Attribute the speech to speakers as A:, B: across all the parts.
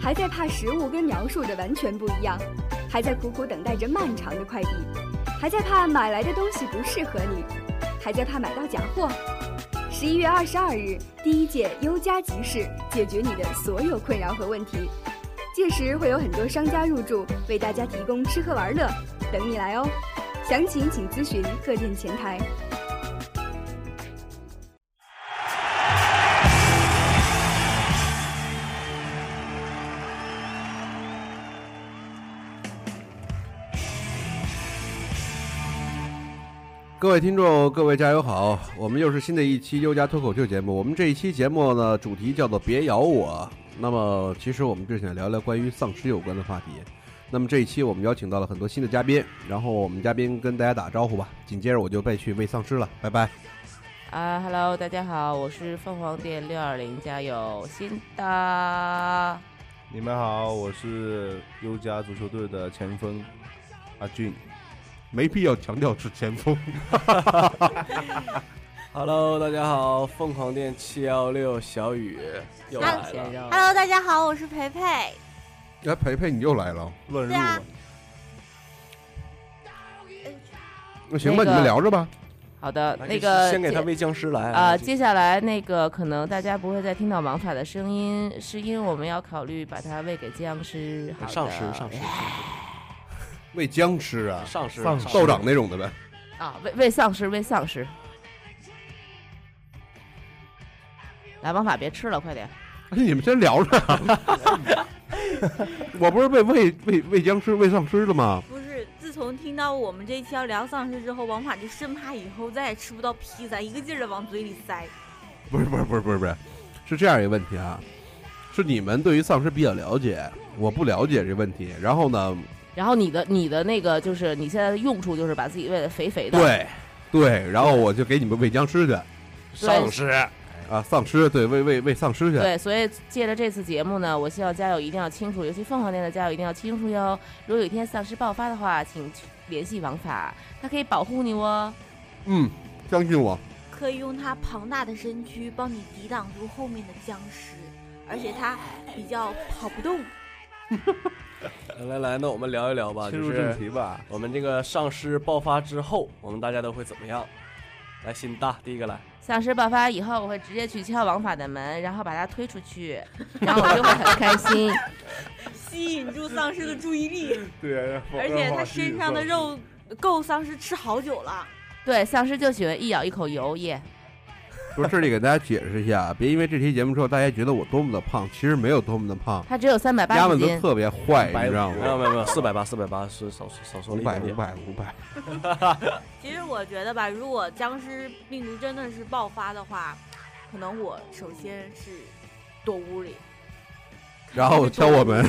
A: 还在怕食物跟描述的完全不一样，还在苦苦等待着漫长的快递，还在怕买来的东西不适合你，还在怕买到假货。十一月二十二日，第一届优家集市解决你的所有困扰和问题，届时会有很多商家入驻，为大家提供吃喝玩乐，等你来哦。详情请咨询各店前台。
B: 各位听众，各位加油好！我们又是新的一期优家脱口秀节目。我们这一期节目呢，主题叫做“别咬我”。那么，其实我们就想聊聊关于丧尸有关的话题。那么这一期我们邀请到了很多新的嘉宾，然后我们嘉宾跟大家打招呼吧。紧接着我就被去喂丧尸了，拜拜。
C: 啊哈喽，大家好，我是凤凰店六二零加油新的。
D: 你们好，我是优家足球队的前锋阿俊。
B: 没必要强调是前锋。
E: Hello，大家好，凤凰店七幺六小雨又来了。
F: Hello，大家好，我是培培。
B: 哎，培培，你又来了。
D: 乱入
F: 对啊
D: 了，
B: 那行吧，
C: 那个
B: 你们聊着吧。
C: 好的，
E: 来
C: 那个
E: 先给他哎
C: 接
E: 喂僵尸来
C: 啊、
E: 来
C: 接下来那个可能大家不会再听到盲法的声音，是因为我们要考虑把它喂给僵尸。好的
E: 上市上市
D: 哎
B: 喂 僵尸啊，
E: 上市
D: 丧尸
B: 道长那种的呗。
C: 啊，喂喂丧尸，喂丧尸。来，王法别吃了，快点！
B: 哎你们先聊着 啊。我不是被喂喂喂僵尸喂丧尸了吗？
F: 不是，自从听到我们这一期要聊丧尸之后，王法就生怕以后再也吃不到披萨，一个劲儿的往嘴里塞。
B: 不是不是不是不是不是，是这样一个问题啊，是你们对于丧尸比较了解，我不了解这问题。然后呢，
C: 然后你的你的那个就是你现在的用处就是把自己喂得肥肥的，
B: 对对，然后我就给你们喂僵尸去
E: 上市
B: 啊，丧尸对喂喂喂丧尸去。
C: 对，所以借着这次节目呢，我希望家友一定要清楚，尤其凤凰店的家友一定要清楚哟。如果有一天丧尸爆发的话，请去联系王法，他可以保护你哦。
B: 嗯，相信我，
F: 可以用它庞大的身躯帮你抵挡住后面的僵尸，而且它比较跑不动。
E: 来来来，那我们聊一聊吧，
D: 切
E: 就
D: 入正
E: 是
D: 题吧。
E: 我们这个丧尸爆发之后，我们大家都会怎么样？来，新大第一个来，
C: 丧尸爆发以后，我会直接去敲王法的门，然后把他推出去，然后我就会很开心。
F: 吸引住丧尸的注意力，
D: 对啊，。
F: 而且它身上的肉够丧尸吃好久了。
C: 对，丧尸就喜欢一咬一口油耶。
B: 不是这里给大家解释一下，别因为这期节目之后大家觉得我多么的胖，其实没有多么的胖，
C: 他只有三百
B: 丫
C: 八十
B: 们都
C: 斤，
B: 特别坏，你知道吗？
E: 没有没有没有，四百八四百八是少少说
B: 五
E: 了一
B: 百哎五
E: 点点。
B: 百五百，
F: 其实我觉得吧，如果僵尸病毒真的是爆发的话，可能我首先是躲屋里，
B: 然后敲我们，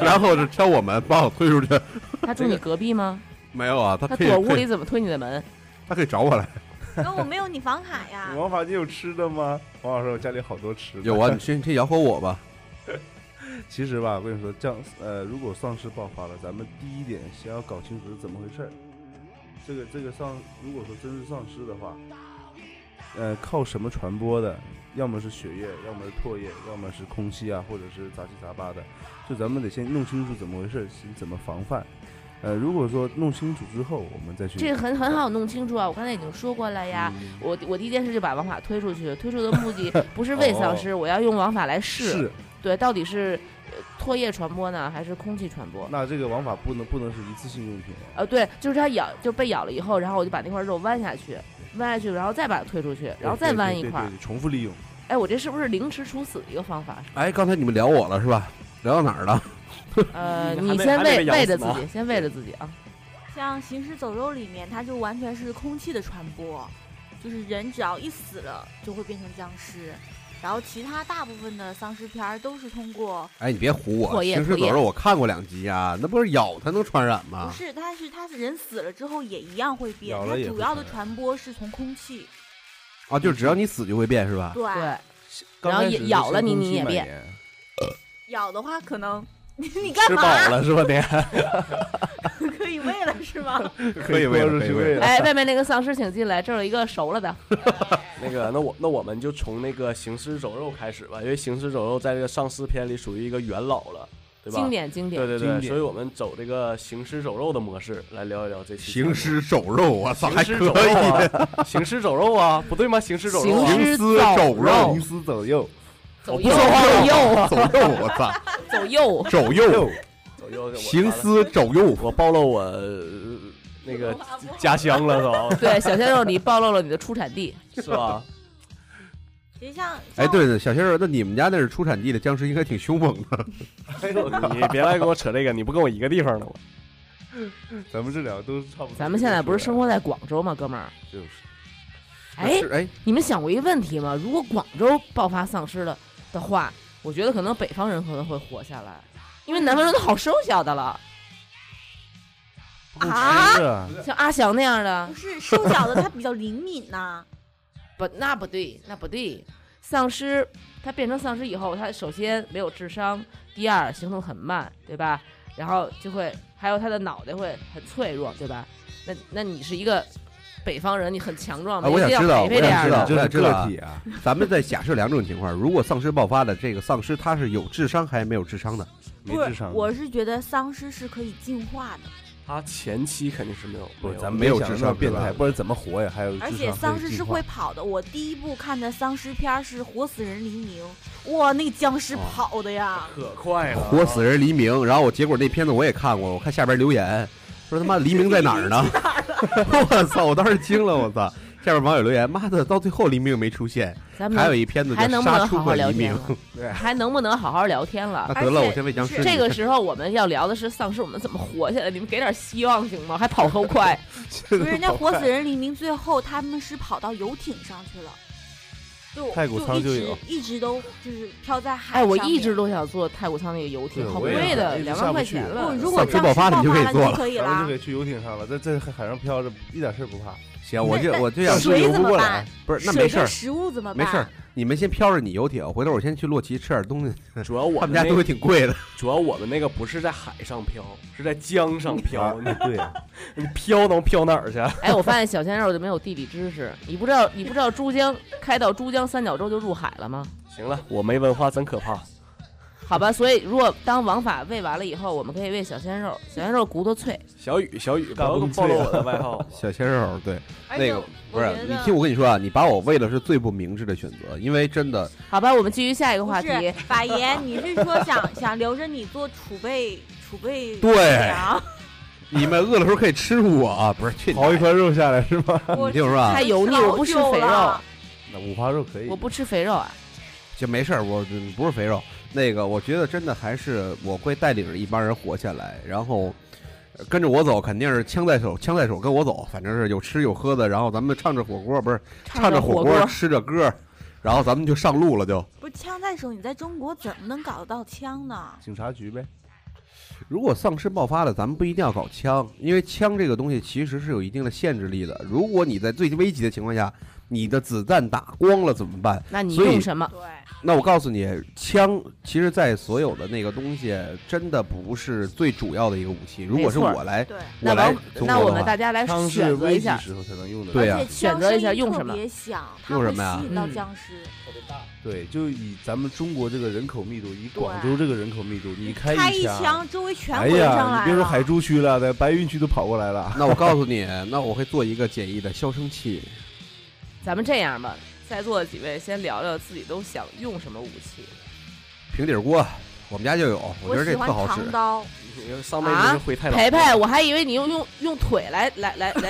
B: 然后是敲我们，把我推出去。
C: 他住你隔壁吗？
B: 没有啊，他
C: 他
B: 可以
C: 躲屋
B: 可
C: 里
B: 以，
C: 怎么推你的门？
B: 他可以找我来。
F: 可我没有你房卡呀
D: 王法，你有吃的吗？王法说：“我家里好多吃的。”
B: 有啊，你先先摇活我吧。
D: 其实吧，我跟你说，这样呃，如果丧尸爆发了，咱们第一点先要搞清楚是怎么回事儿。这个这个丧，如果说真是丧尸的话，呃，靠什么传播的？要么是血液，要么是唾液，要么是空气啊，或者是杂七杂八的。就咱们得先弄清楚怎么回事儿，是怎么防范。呃，如果说弄清楚之后，我们再去
C: 这个很很好弄清楚啊！我刚才已经说过了呀。我我第一件事就把王法推出去，推出的目的不是喂丧尸，我要用王法来试。
D: 是，
C: 对，到底是呃唾液传播呢，还是空气传播？
D: 那这个王法不能不能是一次性用品啊。
C: 呃，对，就是它咬就被咬了以后，然后我就把那块肉弯下去，弯下去，然后再把它推出去，然后再
D: 对
C: 弯
D: 对
C: 一
D: 对
C: 块儿
D: 对。对重复利用。
C: 哎，我这是不是凌迟处死的一个方 法？
B: 哎，刚才你们聊我了是吧？聊到哪儿了？
C: 呃，
E: 你还
C: 你
E: 没
C: 先
E: 还没
C: 喂
E: 被咬
C: 喂
E: 死
C: 着自
E: 呢
C: 己，先喂着自己啊。
F: 像《行尸走肉》里面，它就完全是空气的传播，就是人只要一死了就会变成僵尸。然后其他大部分的丧尸片儿都是通过，
B: 哎，你别唬我，
C: 唾液
B: 行尸走
C: 唾
B: 肉我看过两集啊，那不是咬才能传染
F: 不
B: 吗？
F: 是，它是它是人死了之后也一样会变
D: 咬，了
F: 它
D: 也
F: 主
D: 会
F: 要的
D: 传
F: 传播是从空气。
B: 啊，就只要你死就会变是吧？
F: 对，
C: 对，
D: 刚
C: 然后
D: 开始
C: 也
D: 是
C: 咬了
D: 先
C: 你
D: 空
C: 你
D: 气
C: 也
D: 蔓
C: 变
D: 延
F: 咬的话可能你你干
E: 吃饱
F: 嘛？
E: 了是吧？你
F: 可以喂了是吗？
B: 可以喂了
D: 多
B: 可以
D: 出去
B: 喂
D: 喂了
C: 哎，外面那个丧尸请进来，这儿有一个熟了的。
E: 那个，那我那我们就从那个《行尸走肉》开始吧，因为《行尸走肉》在这个丧尸片里属于一个元老了，对吧？
C: 经典经典
E: 对。对
D: 经
E: 对，
D: 典
E: 所以我们走这个行尸走肉的模式来聊一聊这期节
B: 行。
E: 目
B: 尸走肉，我操，还
E: 行
B: 可
E: 尸走
B: 以
E: 肉啊！行尸走肉啊，不对吗？ 行尸走肉啊，
C: 行
B: 行
C: 尸
B: 尸
C: 走
B: 走
C: 肉
B: 肉
D: 行，尸走肉，
C: 走
E: 我
C: 右
E: 不说话
C: 走右
B: 走肉，我操，
C: 走右，
B: 走肉，
E: 走右我
B: 行
E: 完了
B: 尸走肉，
E: 我暴露我呃 那个家乡了 都，
C: 对小鲜肉，你暴露了你的出产地。
E: 是吧？
F: 其实像
B: 哎，对了，小仙儿，那你们家那是出产地的僵尸，应该挺凶猛的。
E: 你别哎来跟我扯这个，你不跟我一个地方的我。
D: 咱们这俩都是差不多。
C: 咱们现在不是生，活在广州吗，哥们儿？
D: 就是
C: 哎，
B: 是 哎，
C: 你们想过一个问题吗？如果广州爆发丧尸了的话，我觉得可能北方人可能会活下来，因为南方人都好瘦小的了，
F: 啊，
D: 是啊，
C: 像阿翔那样的
F: 不，是瘦小的它比较灵敏呐、
C: 不，那不对，那不对。丧尸，他变成丧尸以后，他首先没有智商，第二行动很慢，对吧？然后就会，还有他的脑袋会很脆弱，对吧？那那你是一个北方人，你很强壮，
B: 啊我想
C: 没必要
B: 知道
C: 培培
B: 我
C: 这
B: 想
C: 样
B: 知道
C: 的
D: 这是
B: 知道
D: 个
B: 啊
D: 体啊，
B: 咱们再假设两种情况：如果丧尸爆发的这个丧尸，他是有智商还是没有智商的？
D: 没
F: 不
D: 智
F: 是，
D: 商。
F: 我是觉得丧尸是可以进化的，
E: 他前期肯定是没有，
D: 不
E: 没
D: 是，
E: 有
D: 咱
B: 们
D: 没有
B: 没有
D: 智
B: 智商
D: 商变
B: 是吧
D: 态，不然怎么活呀？还有智商
F: 而
D: 可以
F: 且
D: 进化，
F: 丧尸是会跑的。我第一部看的丧尸片儿是《活死人黎明》，哇，那个僵尸
B: 哦
F: 跑的呀，
E: 可快了，
B: 活死人黎明，然后我结果那片子我也看过，我看下边留言说他妈黎明在哪儿呢？ 我操！我当时惊了，我操！下边网友留言，妈的，到最后黎明没出现，
C: 咱们
B: 还有一片子叫
C: 还能
B: 《
C: 不
B: 杀
C: 能
B: 出
C: 好好
B: 个黎
C: 聊天啊
B: 明》。
C: 了？
D: 对
C: 还能不能好好聊天了
B: 那？得了，
F: 而且
B: 我先喂僵尸。
F: 是
C: 这个时候我们要聊的是丧尸，我们怎么活下来？你们给点希望行吗？还跑后快，
F: 不是那《活死人黎明》最后他们是跑到游艇上去了，就
D: 太古仓
F: 就
D: 就
F: 一
D: 有
F: 直一直都就是漂在海
C: 哎，
F: 上面。
C: 我一直都想坐太古仓那个游艇，
D: 对
C: 好
D: 我也
C: 贵的，
D: 想一直
C: 两
D: 下
C: 万
D: 不
C: 块
D: 去
C: 钱
F: 不，
C: 了。
F: 如果
B: 丧尸
F: 僵
B: 爆
F: 尸
B: 发了你就可以
F: 爆
B: 做
F: 就
B: 了
F: 可以
D: 咱们就
F: 啦
D: 可。以去游艇上了，在在海上漂着，一点事儿不怕。
B: 行，我就
F: 那
B: 我就想
F: 水
B: 游
F: 怎
B: 不
F: 么
B: 过
F: 办
B: 来，啊不是那
F: 水
B: 没事
F: 跟
B: 儿，
F: 食物怎么办？
B: 没事儿，你们先飘着你游艇，回头我先去洛奇吃点东西，
E: 主要我
B: 他们
E: 们
B: 家
E: 那
B: 东西挺 贵的。
E: 主要我们那个不是在海上漂，是在江上
D: 啊
E: 漂。你
D: 对呀，
E: 你飘能飘哪儿去？啊
C: 哎，我发现小鲜肉就没有地理知识，你不知道你不知道珠江开到珠江三角洲就入海了吗？
E: 行了，我没文化真可怕。
C: 好吧，所以如果当王法喂完了以后，我们可以喂小鲜肉，小鲜肉骨头脆。
E: 小雨，小雨，不
D: 大
E: 要
D: 风
E: 暴
D: 吹
E: 露
D: 啊
E: 我的外号。
B: 小鲜肉，对，那
F: 而且
B: 个不
F: 哎我
B: 是
F: 觉
B: 你
F: 得
B: 听我跟你说啊，你把我喂了是最不明智的选择，因为真的
C: 好吧，我们继续下一个
F: 不
C: 话题。
F: 是法爷，你是说想想留着你做储备储备
B: 对
F: 粮？
B: 你们饿的时候可以吃我啊，不是去你
D: 刨一块肉下来是吗？
F: 我
B: 你听我说啊
C: 太，油腻
F: 老
C: 我不吃
F: 久
C: 肥肉
F: 了
D: 那五花肉可以
C: 我，不吃肥肉啊，
B: 就没事儿，我不是肥肉。那个，我觉得真的还是我会带领着一帮人活下来，然后呃跟着我走，肯定是枪在手，枪在手跟我走，反正是有吃有喝的，然后咱们唱着火锅，不是唱着火
C: 火
B: 锅吃着歌，然后咱们就上路了就。
F: 不是枪在手，你在中国怎么能搞得到枪呢？
D: 警察局呗。
B: 如果丧尸爆发了，咱们不一定要搞枪，因为枪这个东西其实是有一定的限制力的。如果你在最危急的情况下，你的子弹打光了怎么办？
C: 那你
B: 所以
C: 用什么？
F: 对，
B: 那我告诉你，枪其实，在所有的那个东西，真的不是最主要的一个武器。如果是
C: 没错
B: 我来，
F: 对，
B: 我
C: 那
B: 来
C: 王，
B: 中
C: 那
B: 国
C: 我
B: 的
C: 们
B: 话，
C: 大家来
D: 枪是
C: 哎选择
D: 危
C: 一
D: 机
C: 下。
D: 时候才能用的。
B: 对呀
F: 而且
C: 选择一下用什么
F: 枪声音特别响，它
B: 用
F: 会
B: 什么呀
F: 吸引到
C: 嗯
F: 僵尸。
D: 对，就以咱们中国这个人口密度，以
F: 对
D: 广州这个人口密度，你开
F: 开
D: 一枪，
F: 枪，周围全
D: 哎
F: 围上
D: 呀，
F: 来
D: 你
F: 了。
D: 别说海珠区了，在白云区都跑过来了。
B: 那我告诉你，那我会做一个简易的消声器。
C: 咱们这样吧，在座的几位先聊聊自己都想用什么武器。
B: 平底锅，我们家就有，我觉得这
F: 喜
B: 特
F: 欢
B: 好使
F: 长。刀，
E: 你上辈子是灰太狼。
C: 培啊培，我还以为你用用用腿来来来来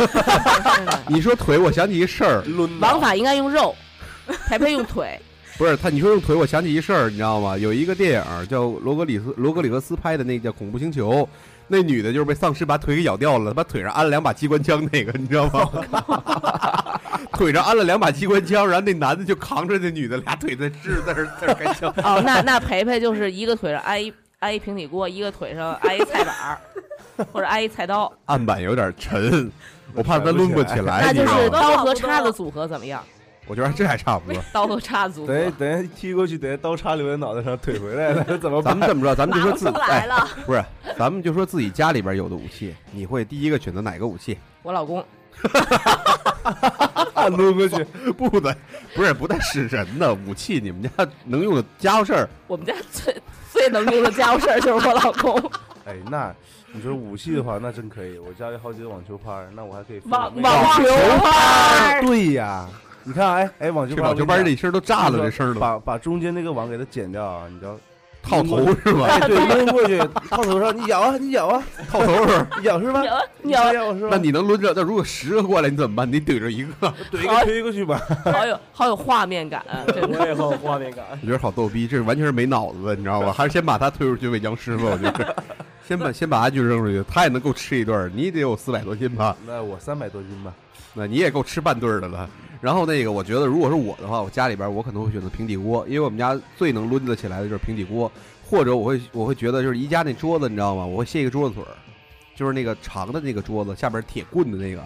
C: 呢。
B: 你说腿，我想起一事 儿，
E: 抡
C: 王法应该用肉，培培用 腿。
B: 不是他，你说用腿，我想起一事儿，你知道吗？有一个电影叫罗格里斯罗格里格斯拍的那叫《恐怖星球》，那女的就是被丧尸把腿给咬掉了，把腿上安了两把机关枪，那个你知道吗？腿上安了两把机关枪，然后那男的就扛着那女的俩腿在支着在那在那开枪。
C: 哦，那那培培就是一个腿上挨一挨一平底锅，一个腿上挨一菜板儿，或者挨一菜刀，
B: 案板有点沉，我怕他抡不起来，
C: 那
B: 你
C: 就
B: 知道
C: 是
B: 吗？
C: 刀和叉的组合怎么样？
B: 我觉得这还差不多。
C: 刀和叉组合
D: 等。一等一下踢过去，等一下刀叉留在脑袋上，腿回来了， 怎么
B: 咱
D: 办？
B: 们这么说，咱们就说
F: 打不
B: 自
F: 出来
B: 哎，
F: 了。
B: 不是，咱们就说自己家里边有的武器，你会第一个选择哪个武器？
C: 我老公
B: 啊，撸 过去，不的，不是不带使人的武器，你们家能用的家伙事儿，
C: 我们家最最能用的家务事儿就是我老公
D: 哎，那你说武器的话，那真可以。我家里好几个网球拍儿，那我还可以放
C: 网
D: 那个
C: 网球拍儿。
D: 对呀，你看，哎哎，网球
B: 这
D: 拍儿，
B: 老球班
D: 里
B: 里声都炸了，这声儿都
D: 把把中间那个网给它剪掉啊，你 知道？
B: 套头是吧？
D: 哎，对，扔过去，套头上，你咬啊，你咬啊，
B: 套头是吧。
D: 你咬是吧？
C: 你要
D: 咬是吧？
B: 那你能抡着？那如果十个过来，你怎么办？你怼着一个，
D: 怼一个推过去吧。
C: 好有好有画面感，真的。
E: 我也好有画面感。
B: 我觉得好逗逼，这完全是没脑子的，你知道 吧？还是先把他推出去喂僵尸吧，我觉得。 先把先把阿俊扔出去，他也能够吃一顿儿，你得有四百多斤吧？
D: 那我三百多斤吧，
B: 那你也够吃半顿儿的了。然后那个，我觉得如果是我的话，我家里边儿我可能会选择平底锅，因为我们家最能抡得起来的就是平底锅，或者我会我会觉得就是宜家那桌子，你知道吗？我会卸一个桌子腿儿，就是那个长的那个桌子下边儿铁棍的那个，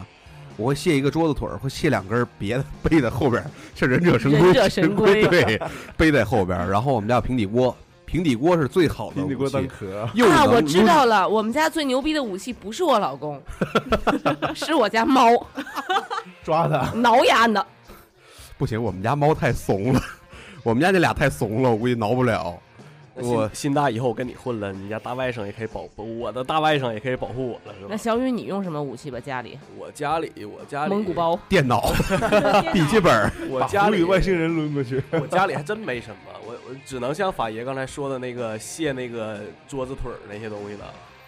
B: 我会卸一个桌子腿儿，会卸两根儿别的背在后边儿，像忍者神龟，
C: 忍者神龟啊
B: 对，背在后边儿。然后我们家有平底锅，平底锅是最好的
D: 平底
B: 武
D: 锅当
B: 器，
D: 壳啊。
B: 又
C: 啊，
B: 能
C: 我知
B: 抡
C: 道了，我们家最牛逼的武器不是我老公， 是我 家猫，
D: 抓它。
C: 挠牙挠。
B: 不行，我们家猫太怂了， 我们家那俩太怂了，我估计挠不了。我
E: 心心大以后我跟你混了，你家大外甥也可以保护我的大外甥也可以保护我了，是
C: 那
E: 吧？
C: 小雨，你用什么武器吧？家里
E: 我家里，我家里
C: 蒙古，包，
B: 电脑、笔记本儿，
E: 我家里
D: 人抡过去。
E: 我家里还真没什么，我我只能像法爷刚才说的那个卸那个桌子腿儿那些东西了，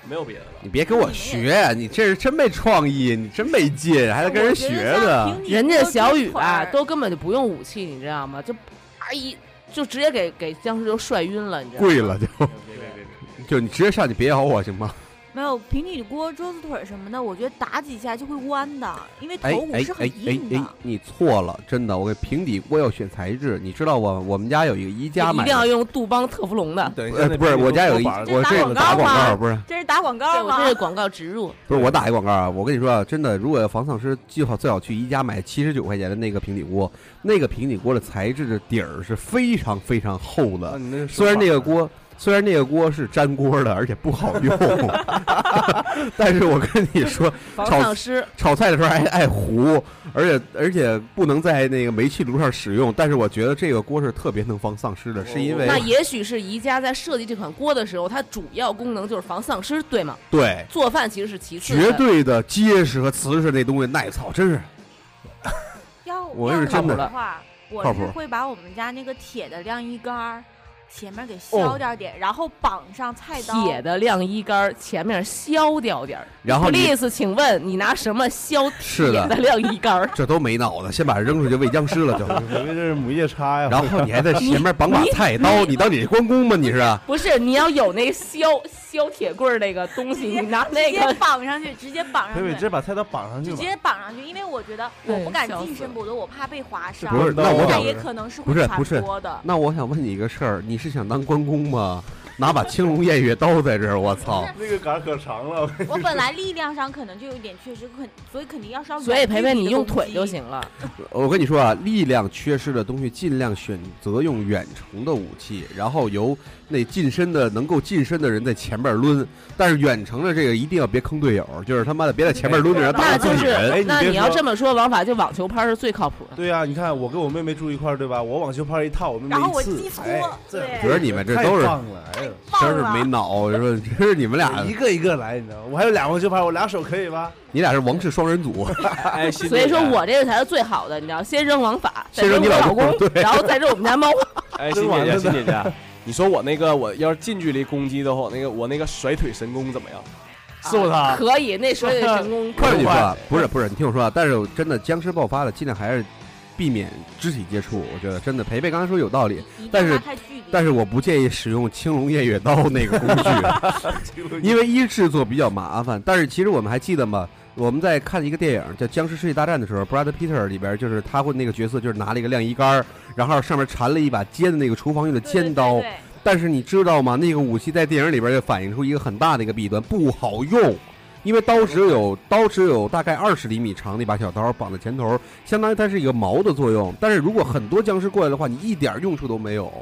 E: 没有别的了。
B: 你别跟我学，你这是真没创意，你真没劲，还得跟人学呢。。
C: 人家小雨啊，都根本就不用武器，你知道吗？就啪一就直接给给僵尸就摔晕了，你 知道吗？
B: 跪了就
E: 别别别别，
B: 就你直接上去别咬我行吗？
F: 没有平底锅、桌子腿什么的，我觉得打几下就会弯的，因为
B: 哎
F: 头骨
B: 哎
F: 是很
B: 哎哎
F: 硬的。
B: 哎，你错了，真的，我给平底锅要选材质，你知道我我们家有一个宜家
C: 就一
B: 买
C: 定要
B: 的，
C: 用杜邦特氟龙的，
D: 等一下
B: 呃，，不是我家有一
F: 这
B: 我
F: 打
B: 这
F: 广
B: 个打
F: 告
B: 广
F: 吗
B: 告不是
F: 这是打
C: 对
F: 广告
C: 我
F: 吗
C: 这？是广告植入，
B: 不是我打一广告啊！我跟你说啊，真的，如果要防丧尸，最好最好去宜家买七十九块钱的那个平底锅，那个平底锅的材质的底儿是非常非常厚的，
D: 你那个
B: 啊虽然那个锅，虽然那个锅是粘锅的，而且不好用， 但是我跟你说，
C: 防
B: 炒
C: 丧尸。
B: 炒菜的时候还爱糊，而且而且不能在那个煤气炉上使用。但是我觉得这个锅是特别能防丧尸的，
E: 我
B: 是因为
C: 那也许是宜家在设计这款锅的时候，它主要功能就是防丧尸，对吗？
B: 对
C: 做饭其实是其次的，
B: 绝对的结实和瓷实那东西，耐操真是
F: 要
B: 我
F: 要
B: 是
C: 真的
F: 的话，我
B: 靠
F: 是
B: 谱
F: 会把我们家那个铁的晾衣杆儿前面给
B: 哦
F: 削掉点，然后绑上菜刀。
C: 铁的晾衣杆儿前面削掉点儿。
B: 然后你
C: please，请问你拿什么削铁
B: 是的
C: 的晾衣杆儿？
B: 这都没脑子，先把它扔出去喂僵尸了就。
D: 因为这是母夜叉呀。
B: 然后你还在前面绑把菜刀，你当你是关公吗？你是？
C: 不是，你要有那削削铁棍儿那个东西，
F: 直接
C: 你拿
F: 直
C: 那
F: 接
C: 个。
F: 绑上去，直 接绑上
D: 裴伟，
F: 去，
D: 这把菜刀绑上去
F: 直
D: 吧。
F: 接绑上去，因为我觉得我
C: 对
F: 不敢
C: 笑
F: 近
C: 死
F: 身
C: 了
F: 搏斗，我怕被划伤。
B: 不是那我
F: 那
B: 想
F: 也可能是
B: 不
F: 会
B: 是不是
F: 传播的。
B: 那我想问你一个事儿，你是想当关公吗？拿把青龙偃月刀在这儿，我操！
D: 那个杆儿可长了，
F: 我本来力量上可能就有点缺失，肯所以肯定要稍微。
C: 所以培培，你用腿就。行了。
B: 我跟你说啊，力量缺失的东西，尽量选择用远程的武器，然后由那近身的能够近身的人在前面抡。但是远程的这个一定要别坑队友，就是他妈的别在前面抡着人，
C: 那
B: 打到
C: 就
B: 自己
C: 是，
B: 人。
D: 哎你
C: 那
D: 别
C: 你要
D: 说
C: 这么说，王法就网球拍儿是最靠谱的。
D: 对呀、你看我跟我妹妹住一块儿，对吧？我网球拍一套，我妹妹
F: 然后
D: 一
F: 我
D: 次，
F: 一搓
D: 哎，
F: 对
B: 觉
D: 这
B: 得你们这都是
D: 太棒了，哎呦
B: 真是没脑，是 吧？真是你们俩
D: 一，个一个来，你知道吗？我还有俩网球拍，我俩手可以吧？
B: 你俩是王室双 人组，
E: 哎，心里
C: 所以说我这个才是最好的，你知道，先扔王法，再
B: 先扔
C: 扔
B: 你
C: 我
B: 老
C: 老
B: 公
C: 公，
B: 对
C: 然后再扔我们家猫。
E: 哎，
D: 真
E: 欣
D: 完
E: 姐
D: 了
E: 姐，欣姐姐，你说我那个我要是近距离攻击的话，那个我那个甩腿神功怎么样？
D: 是不是啊？
C: 可以，那水腿神功
B: 我
D: 快
B: 跟你
D: 不
B: 说
D: 快？
B: 啊，不是不是，你听我说啊，但是真的僵尸爆发了，尽量还是避免肢体接触。我觉得真的，培培刚才说有道理，
F: 一定
B: 但是
F: 拉开距离
B: 但是我不建议使用青龙偃月刀那个工 具，啊因为一制作比较麻烦。但是其实我们还记得吗？我们在看一个电影叫《僵尸世界大战》的时候，Brad Peter 里边就是他会那个角色就是拿了一个晾衣杆儿，然后上面缠了一把尖的那个厨房用的
F: 对
B: 尖刀。
F: 对对对
B: 但是你知道吗？那个武器在电影里边就反映出一个很大的一个弊端，不好用。因为刀只有刀只有大概二十厘米长的一把小刀绑在前头，相当于它是一个矛的作用。但是如果很多僵尸过来的话，你一点用处都没有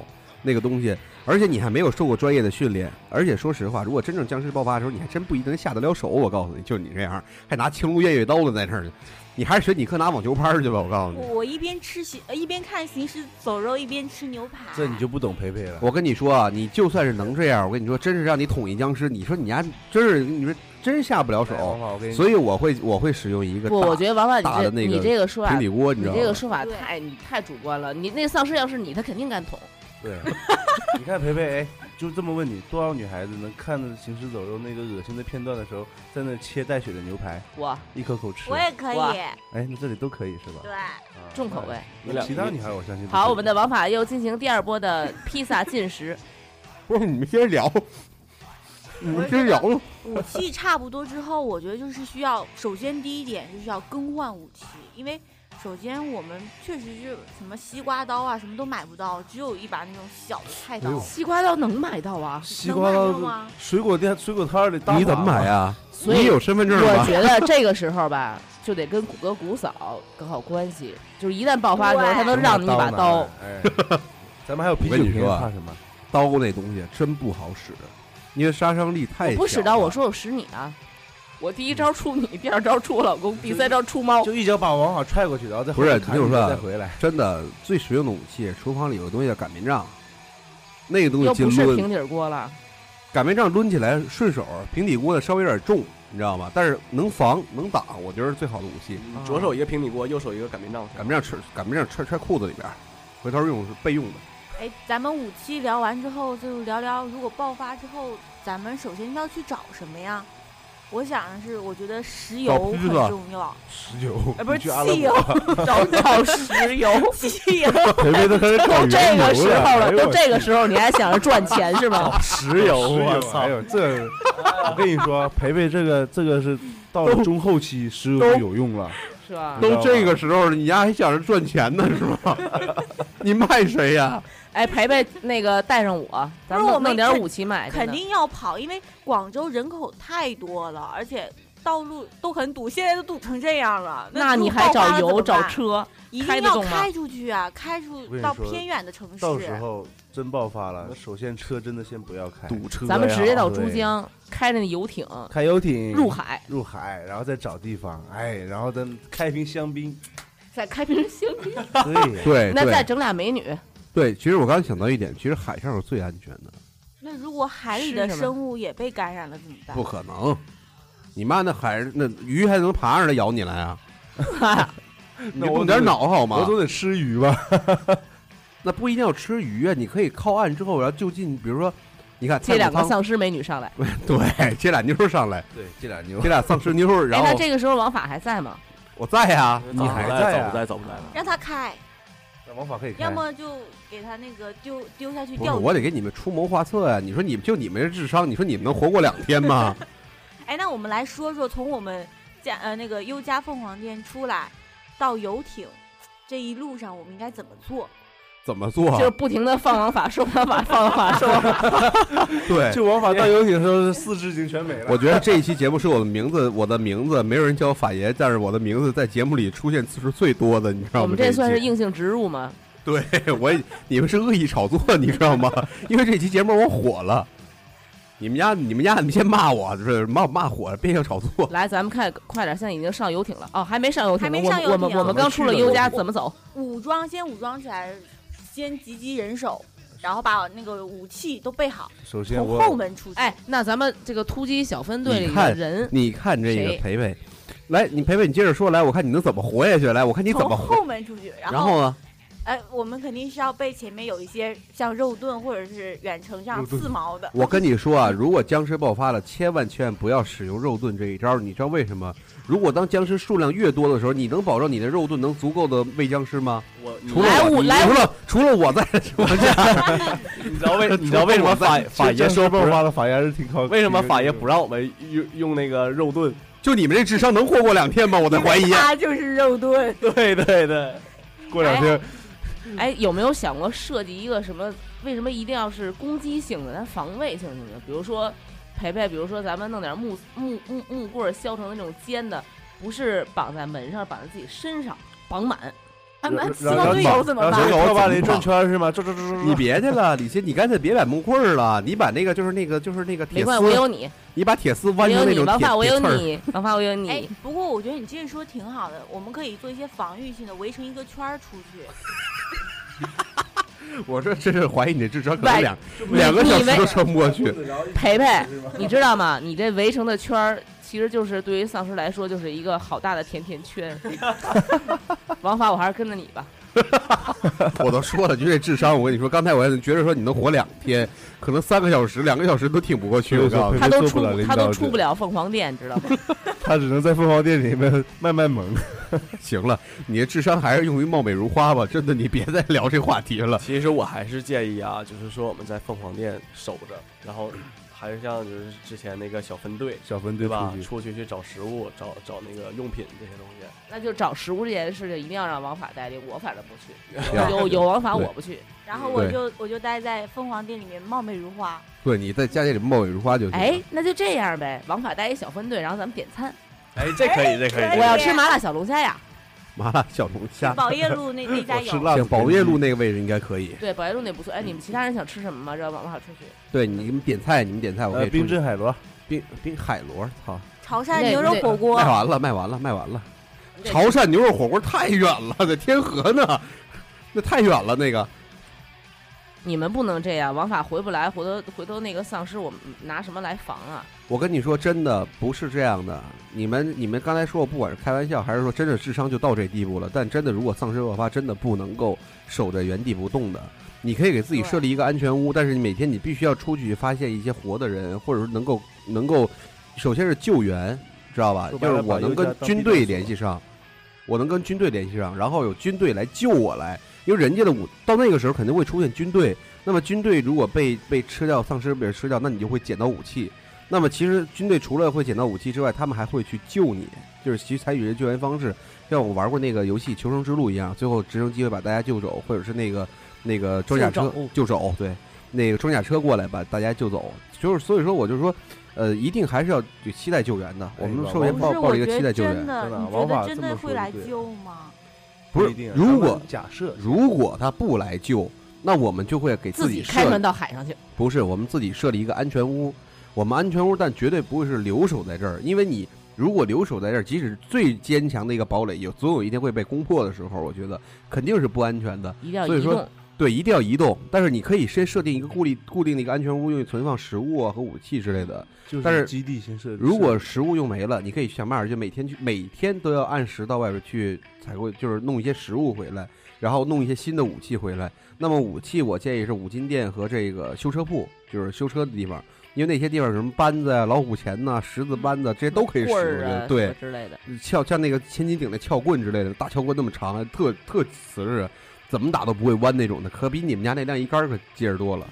B: 那个东西，而且你还没有受过专业的训练。而且说实话，如果真正僵尸爆发的时候，你还真不一定能下得了手。我告诉你，就你这样还拿青龙偃月刀的在那儿呢，你还是学尼克拿网球拍儿去吧，我告诉你
F: 我。我一边吃行呃一边看行尸走肉，一边吃牛排。
D: 这你就不懂培培了。
B: 我跟你说啊，你就算是能这样，我跟你说，真是让你统一僵尸，你说你还真是你说真下不了
D: 哎王
B: 手。
D: 法我跟你
B: 所以我会我会使用一个
C: 不，我
B: 大
C: 觉得王婉，
B: 大的那
C: 你这
B: 个
C: 你这个说啊法
B: 平底锅，你
C: 你
B: 知道
C: 这个
B: 吗？
C: 说法
F: 对
C: 太你太主观了，你那丧尸要是你，他肯定敢捅。
D: 对，你看培培，哎，就这么问你，多少女孩子能看着《行尸走肉》那个恶心的片段的时候，在那切带血的牛排，
C: 我
D: 一口口吃？
F: 我也可以，
C: 哇
D: 哎，那这里都可以是吧？
F: 对，
D: 啊
C: 重口味。。
E: 你俩
D: 那其他女孩我相信都可
C: 好，
D: 以
C: 我们的王法又进行第二波的披萨进食。
B: 不是你们接着聊，你们接着聊了。
F: 武器差不多之后，我觉得就是需要，首先第一点就是要更换武器，因为首先我们确实是什么西瓜刀啊，什么都买不到，只有一把那种小的菜刀
B: 哎呦。
C: 西瓜刀能买到啊？
D: 西
F: 能
D: 瓜
F: 买
D: 刀
F: 到
D: 子、
F: 吗？
D: 水果店、水果摊儿里大把
B: 你怎么买？呀？
C: 所
B: 你
C: 以
B: 有身份证
C: 我
B: 吗？
C: 觉得这个时候吧，就得跟谷歌谷嫂搞好关系，就是一旦爆发的时候，
F: 对
C: 他能让你一把刀。
D: 哎， 咱们还有啤
B: 我跟
D: 酒
B: 你
D: 瓶，
B: 说啊
D: 怕什么？
B: 刀那东西真不好使，因为杀伤力太小了。
C: 不使刀，我说我使你啊！我第一招出你，第二招出我老公，第三招出猫。
D: 就一脚把王法踹过去，然后再
B: 不是
D: 后面砍
B: 你听我
D: 一
B: 说
D: 刀
B: 啊
D: 再回来。
B: 真的最实用的武器，厨房里有个东西叫擀面杖，那个东西
C: 又
B: 就
C: 不是
B: 抡
C: 平底锅了，
B: 擀面杖抡起来顺手，平底锅的稍微有点重，你知道吗？但是能防能挡，我觉得是最好的武器。
E: 你左手一个平底锅，右手一个擀面杖，
B: 擀面杖吃，擀面杖揣揣裤子里边儿，回头用是备用的。
F: 哎，咱们武器聊完之后，就聊聊如果爆发之后，咱们首先要去找什么呀？我想的是，我觉得石
B: 找
F: 油
B: 狙
F: 很
B: 子
F: 重要，
D: 石油，
F: 哎，不是
D: 你去阿拉
F: 汽
D: 伯
F: 油，
C: 找找石油。
F: 汽油，
D: 培培都开始搞
C: 都这个时候了，都这
D: 个
C: 个时候，你还想着赚钱是吗？
E: 石油，我操
D: 哎！呦，这我跟你说，啊培培这个这个是到了中后期石油就有用了，
C: 是
D: 啊
C: 吧？
B: 都这个时候了，你丫还想着赚钱呢是吗？ 你卖谁呀？
C: 哎，培培，那个带上我，咱
F: 不是我
C: 们弄
F: 们
C: 点
F: 肯
C: 武器买去呢
F: 肯定要跑，因为广州人口太多了，而且道路都很堵，现在都堵成这样了。
C: 那
F: 如
C: 你
F: 果
C: 还
F: 爆发
C: 找
F: 了怎
C: 油
F: 么
C: 找
F: 办，
C: 车？
F: 一
C: 开
F: 定
C: 得
F: 要
C: 动吗
F: 开出去啊，开出
D: 跟你
F: 到
D: 说
F: 偏远的城市。
D: 到时候真爆发了，首先车真的先不要开，
E: 堵车呀，
C: 咱们直接到珠
D: 对嗯哎
C: 江，开着那游艇
D: 开游艇
C: 入海，
D: 入海，然后再找地方，哎，然后咱开瓶 香槟，
C: 再开瓶香槟，
D: 对，
B: 对
C: 那再
B: 对
C: 整俩美女，
B: 对，其实我刚才想到一点，其实海上是最安全的，
F: 那如果海里
C: 是
F: 的
C: 什么
F: 生物也被感染了怎么办
B: 不？可能。你妈那海那鱼还能爬上来咬你来 啊？你
D: 那
B: 就
D: 我
B: 动点
D: 得
B: 脑好吗
D: 我？总得吃鱼吧，
B: 那不一定要吃鱼啊，你可以靠岸之后，然后就近，比如说，你看
C: 接两个
B: 炭火
C: 丧尸美女上来。
B: 汤对，接俩妞儿上 来，
D: 对，这俩牛
B: 接俩丧尸妞儿，
C: 哎，
B: 然
C: 那
B: 后
C: 这个时候王法还在吗？
B: 我在呀，
E: 你还
D: 在
E: 在
D: 啊
E: 不在？走不在了？
F: 让他开，
D: 王法可以开，
F: 要么就给他那个丢丢下去
B: 不是
F: 钓
B: 我
F: 鱼。
B: 得给你们出谋划策呀、你说你就你们这智商，你说你们能活过两天吗？
F: 哎，那我们来说说从我们家呃那个优家凤凰店出来到游艇这一路上，我们应该怎么做？
B: 怎么做？啊
C: 就是不停的放王法，说王法，放王法，说王法。
B: 对，
D: 就王法到游艇的时候，四肢已经全没了。
B: 我觉得这一期节目是我的名字，我的名字没有人叫我法爷，但是我的名字在节目里出现次数最多的，你知道吗？
C: 我们这算是
B: 一期
C: 硬性植入吗？
B: 对 我也，你们是恶意炒作，你知道吗？因为这期节目我火了。你们家，你们家，你们先骂我，就是骂我骂火了，别要炒作。
C: 来，咱们看快点，现在已经上游艇了。哦，还没上游艇
F: 还
C: 呢，
F: 没
C: 我
F: 上
C: 们
F: 游
C: 我们
F: 艇
C: 我们刚出了优家，怎么走？
F: 武装先武装起来，先集集人手，然后把那个武器都备好，
D: 首先
F: 从
D: 我
F: 后门出去。
C: 哎，，那咱们这个突击小分队里
B: 你
C: 的
B: 看
C: 人，
B: 你看这个
C: 谁
B: 培培，来，你培培，你接着说，来，我看你能怎么活下去，来，我看你怎
F: 从
B: 么活。
F: 后门出去，然
B: 然后呢？
F: 哎，我们肯定是要被前面有一些像肉盾或者是远程这样
D: 肉盾
F: 刺毛的。
B: 我跟你说啊，如果僵尸爆发了，千万千万不要使用肉盾这一招。你知道为什么？如果当僵尸数量越多的时候，你能保证你的肉盾能足够的喂僵尸吗？
E: 我你
B: 除了
C: 来
B: 我，
C: 五来
B: 除了除了我在，我这
E: 你知道为你知道为什么法法爷说不
D: 爆
E: 让
D: 发了，法爷还是挺靠。
E: 为什么法爷不让我们用用那个肉盾？
B: 就你们这智商能活过两天吗？我在怀疑。啊
F: 他就是肉盾，
E: 对对对，
D: 过两天？
C: 哎，有没有想过设计一个什么？为什么一定要是攻击性的？咱防卫性行不行？比如说，培培，比如说咱们弄点木木木木啊棍儿削成那种尖的，不是绑在门上，绑在自己身上，绑满，俺们
D: 然
C: 死亡队
D: 然
C: 友
D: 后
C: 怎么
D: 然后
C: 办
D: 小？狗
E: 跳
D: 把
E: 芭
D: 你
E: 蕾
D: 转
E: 转
D: 圈儿是吗？转转转转
B: 你
D: 转。
B: 别去了，李欣，你干脆别摆木棍儿了，你把那个就是那个就是那个
C: 没
B: 铁
C: 关系，我
B: 丝，
C: 有你，
B: 你把铁丝
C: 我
B: 弯
C: 有
B: 成那
C: 你，
B: 种
C: 王
B: 铁
C: 法我有
B: 铁刺儿。
C: 你，王法我有
B: 嗯
F: 哎
C: 你，，
F: 不过我觉得你这说挺好的，我们可以做一些防御性的，围成一个圈儿出去。
B: 我这真是怀疑你的智商，可
C: 喂
B: 能两两个小时都撑不过去。
C: 培培，你知道吗？你这围成的圈儿，其实就是对于丧尸来说，就是一个好大的甜甜 圈。王法，我还是跟着你吧。
B: 我都说了，就这智商，我跟你说，刚才我还觉得说你能活两天，可能三个小时、两个小时都挺不过去。
D: 所以
B: 我
D: 说
B: 告诉你，
C: 他都
D: 做
C: 出
D: 不了领
C: 他都
D: 导
C: 出
D: 者
C: 不了凤凰殿，知道吗？
D: 他只能在凤凰店里面卖卖萌。
B: 行了，你的智商还是用于貌美如花吧。真的，你别再聊这话题了。
E: 其实我还是建议啊，就是说我们在凤凰店守着，然后还是像就是之前那个小分队，
D: 小分
E: 对
D: 队
E: 吧？
D: 出去，
E: 出去去找食物，找找那个用品这些东西。
C: 那就找食物这件事情，一定要让王法带领，我反正不去。
B: 呀
C: 有有王法
B: 啊对
C: 我不去。
F: 然后我
B: 对
F: 就我就待在凤凰店里面貌美如 花。
B: 对，你在家里貌美如花就行。
C: 哎，，那就这样呗。王法带一小分队，然后咱们点餐。
E: 哎，这可以，这可以。
C: 我要
B: 啊
C: 吃麻辣小龙虾呀。
B: 麻辣小龙
F: 去
B: 虾，
F: 宝业路 那那家
D: 我吃
F: 有，
D: 辣子
B: 行，宝业路那个位置应该可以。
C: 对，宝业路那不错。哎，你们其他人想吃什么吗？让王法出去。
B: 对，你们点菜，你们点菜，我可
D: 呃
B: 以
D: 冰
B: 出去
D: 镇海螺，
B: 冰冰海螺，操，
F: 潮汕
C: 那
F: 牛肉
C: 那
F: 火锅
B: 卖，完了，卖完了，卖完了。
C: 你得
B: 潮汕牛肉火锅太远了，在天河呢， 那太远了。那个
C: 你们不能这样，王法回不来，回头回头那个丧尸，我们拿什么来防啊？
B: 我跟你说，真的不是这样的。你们你们刚才说，我不管是开玩笑还是说真的智商就到这地步了，但真的如果丧尸爆发，真的不能够守在原地不动的。你可以给自己
C: 对
B: 设立一个安全屋，但是你每天你必须要出去发现一些活的人，或者说能够能够，首先是救援，知道吧？
D: 说白
B: 就是
D: 了
B: 我
D: 把
B: 能
D: 优
B: 跟
D: 家当
B: 军
D: 避
B: 队
D: 难所
B: 联系上，我能跟军队联系上，然后有军队来救我来，因为人家的武到那个时候肯定会出现军队，那么军队如果被被吃掉，丧尸被吃掉，那你就会捡到武器。那么其实军队除了会捡到武器之外，他们还会去救你，就是其实采取人救援方式，像我玩过那个游戏《求生之路》一样，最后直升机会把大家救走，或者是那个那个装甲车
F: 嗯
B: 救走，对，那个装甲车过来把大家救走。就是所以说，我就说，呃，一定还是要有期待救援的。我们
D: 哎
B: 首先
D: 不
F: 不
B: 抱
F: 哦是
B: 抱
F: 我
B: 着一个
F: 觉
B: 期待
F: 得
B: 救
F: 真
B: 援，
F: 的，
D: 真的
F: 你
D: 王
F: 觉
D: 法
F: 得真
D: 这么
F: 的
D: 说
F: 会
D: 就
F: 来
D: 对了
F: 救吗？
B: 不
D: 一
B: 是
D: 定。
B: 如
D: 咱
B: 果
D: 们假设
B: 如果他不来救，那我们就会给
C: 自己
B: 己
C: 开
B: 设
C: 船到海上去。
B: 不是，我们自己设立一个安全屋，我们安全屋，但绝对不会是留守在这儿，因为你如果留守在这儿，即使最坚强的一个堡垒，有总有一天会被攻破的时候，我觉得肯定是不安全的。
C: 一定要
B: 所以
C: 移
B: 说哎
C: 动。
B: 对，一定要移动，但是你可以先设定一个固定固定的一个安全屋，用于存放食物啊和武器之类的。
D: 就
B: 但是
D: 基地先设置，
B: 如果食物用没了，你可以想办法就每天去，每天都要按时到外边去采购，就是弄一些食物回来，然后弄一些新的武器回来。那么武器我建议是五金店和这个修车铺，就是修车的地方，因为那些地方有什么扳子啊、老虎钳呐、十字扳子这些都可以使
C: 棍
B: 用。
C: 儿
B: 我觉
C: 啊
B: 得，对
C: 什么，之类的，
B: 撬像那个千斤顶的撬棍之类的，大撬棍那么长，特特瓷实，怎么打都不会弯那种的，可比你们家那晾衣杆儿可结实 多了。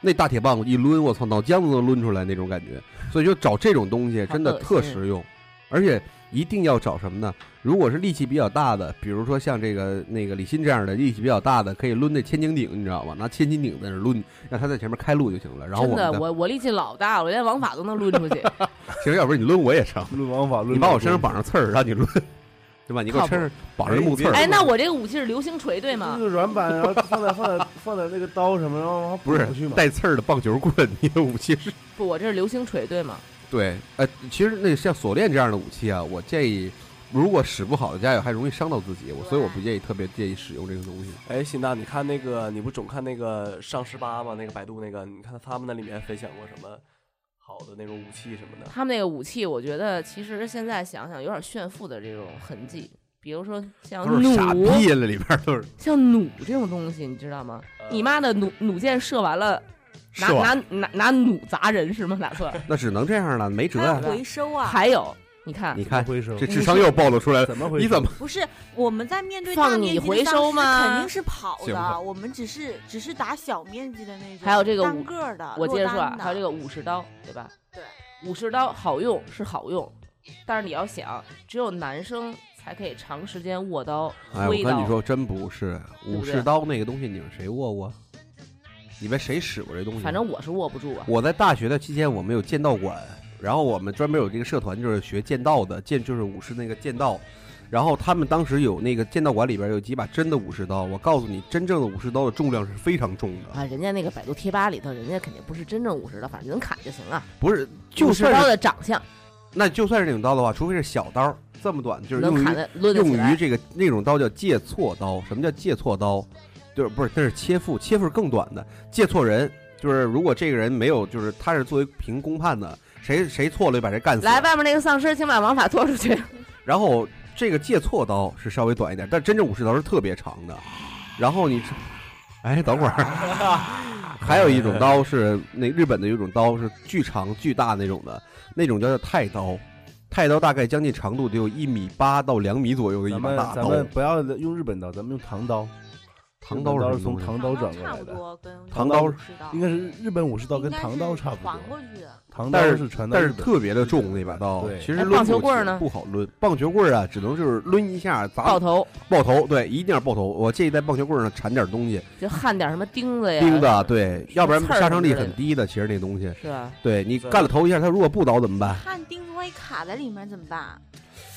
B: 那大铁棒我一抡，我操，脑浆子都抡出来那种感觉。所以就找这种东西
C: 好
B: 真的
C: 恶
B: 特
C: 心
B: 实用，而且一定要找什么呢？如果是力气比较大的，比如说像这个那个李欣这样的力气比较大的，可以抡那千斤顶，你知道吗？拿千斤顶在那儿抡，让他在前面开路就行了。然后
C: 真
B: 我
C: 的，
B: 们再
C: 我我力气老大了，我连王法都能抡出 去。
B: 其实要不然你抡我也成，
D: 论王法论，
B: 你把我身上绑上刺儿，让你抡，对吧？你给我
C: 靠谱
B: 身上绑上
D: 哎
B: 木
D: 别
B: 刺儿。
C: 哎，那我这个武器是流星锤对吗
B: 嗯
D: 就？是软板，然 后放在放在放在那个刀什么，然后往上
B: 不是
D: 补去嘛。
B: 带刺儿的棒球棍，你的武器是？
C: 不，我这是流星锤对吗？
B: 对，呃，其实那像锁链这样的武器啊，我建议，如果使不好的家友还容易伤到自己，我所以我不建议特别建议使用这个东西。
E: 哎，辛娜，你看那个，你不总看那个《上十八》吗？那个百度那个，你看他们那里面分享过什么好的那种武器什么的。
C: 他们那个武器，我觉得其实现在想想有点炫富的这种痕迹，比如说像
B: 都是傻
C: 弩，
B: 逼了，里边都是
C: 像弩这种东西，你知道吗？
E: 呃
C: 你妈的弩弩箭射完了，拿
B: 是吧？
C: 拿拿拿弩砸人是吗？打错了。
B: 那只能这样了，没辙
F: 它
B: 呀。
F: 回收 啊，
C: 还有，你看
B: 你
D: 怎么
B: 看
D: 回收
B: 这智商又暴露出来了，
D: 怎么回
B: 你
D: 收？
B: 怎么？
F: 不是我们在面对
C: 放
F: 大
C: 你
F: 面积
C: 回
F: 的丧
C: 收
F: 尸
C: 吗
F: 肯定是跑
B: 行吧
F: 的，我们只是只是打小面积的那种，
C: 还有这个
F: 单
C: 武
F: 个儿的，
C: 我
F: 落
C: 接着说
F: 单
C: 啊，
F: 的
C: 还有这个武士刀，对吧？
F: 对，
C: 武士刀好用是好用，但是你要想，只有男生才可以长时间握刀、
B: 哎，我
C: 挥
B: 跟
C: 刀
B: 你。说，真不是
C: 对
B: 武士刀那个东西，你们谁握过？你们谁使过这东西？
C: 反正我是握不住啊。
B: 我在大学的期间，我们有剑道馆，然后我们专门有这个社团，就是学剑道的，剑就是武士那个剑道。然后他们当时有那个剑道馆里边有几把真的武士刀，我告诉你，真正的武士刀的重量是非常重的，
C: 啊，人家那个百度贴吧里头，人家肯定不是真正武士刀，反正能砍就行了。
B: 不是就
C: 武士
B: 算
C: 刀
B: 是
C: 的长相
B: 那就算是那种刀的话，除非是小刀，这么短，就是用
C: 能
B: 于
C: 砍的抡得起
B: 用于
C: 来，
B: 这个那种刀叫借错刀。什么叫借错刀？就是不是那是切腹，切腹是更短的，借错人就是如果这个人没有，就是他是作为凭公判的，谁谁错了就把谁干死。
C: 来，外面那个丧尸，请把王法拖出
B: 啊
C: 去。
B: 然后这个借错刀是稍微短一点，但真正武士刀是特别长的。然后你，哎，等会 儿，还有一种刀是那日本的有一种刀是巨长巨大那种的，那种叫做太刀。太刀大概将近长度得有一米八到两米左右的一
D: 咱
B: 把
D: 们
B: 大
D: 咱
B: 刀，
D: 们不要用日本刀，咱们用唐刀。
B: 唐
D: 日本
B: 刀
D: 刀
B: 是
D: 是
B: 什么
D: 从
B: 东西？
D: 唐刀转过
F: 差
D: 来
F: 不
D: 的，
F: 多跟
B: 唐刀
F: 武士刀
D: 应该是日本武士刀跟
F: 应该
D: 唐刀差不
F: 是
D: 多
F: 反。过 去的，
D: 唐刀
B: 但
D: 是传到
B: 但
D: 日
B: 是
D: 本，
B: 特别的重那把刀，
D: 对
B: 其实
C: 哎
B: 抡
C: 棒球
B: 过去
C: 棍儿呢
B: 不好抡，棒球棍儿啊，只能就是抡一下砸
C: 爆头
B: 爆头，对，一定要爆头。我建议在棒球棍儿上缠点东西，
C: 就焊点什么钉子呀，
B: 钉子，啊对，要不然
C: 啊刺儿
B: 杀伤力
C: 之类
B: 很
C: 的
B: 低的。其实那东西，
C: 是吧？
B: 对你
E: 对
B: 干了头一下，他如果不倒怎么办？
F: 看钉子万一卡在里面怎么办？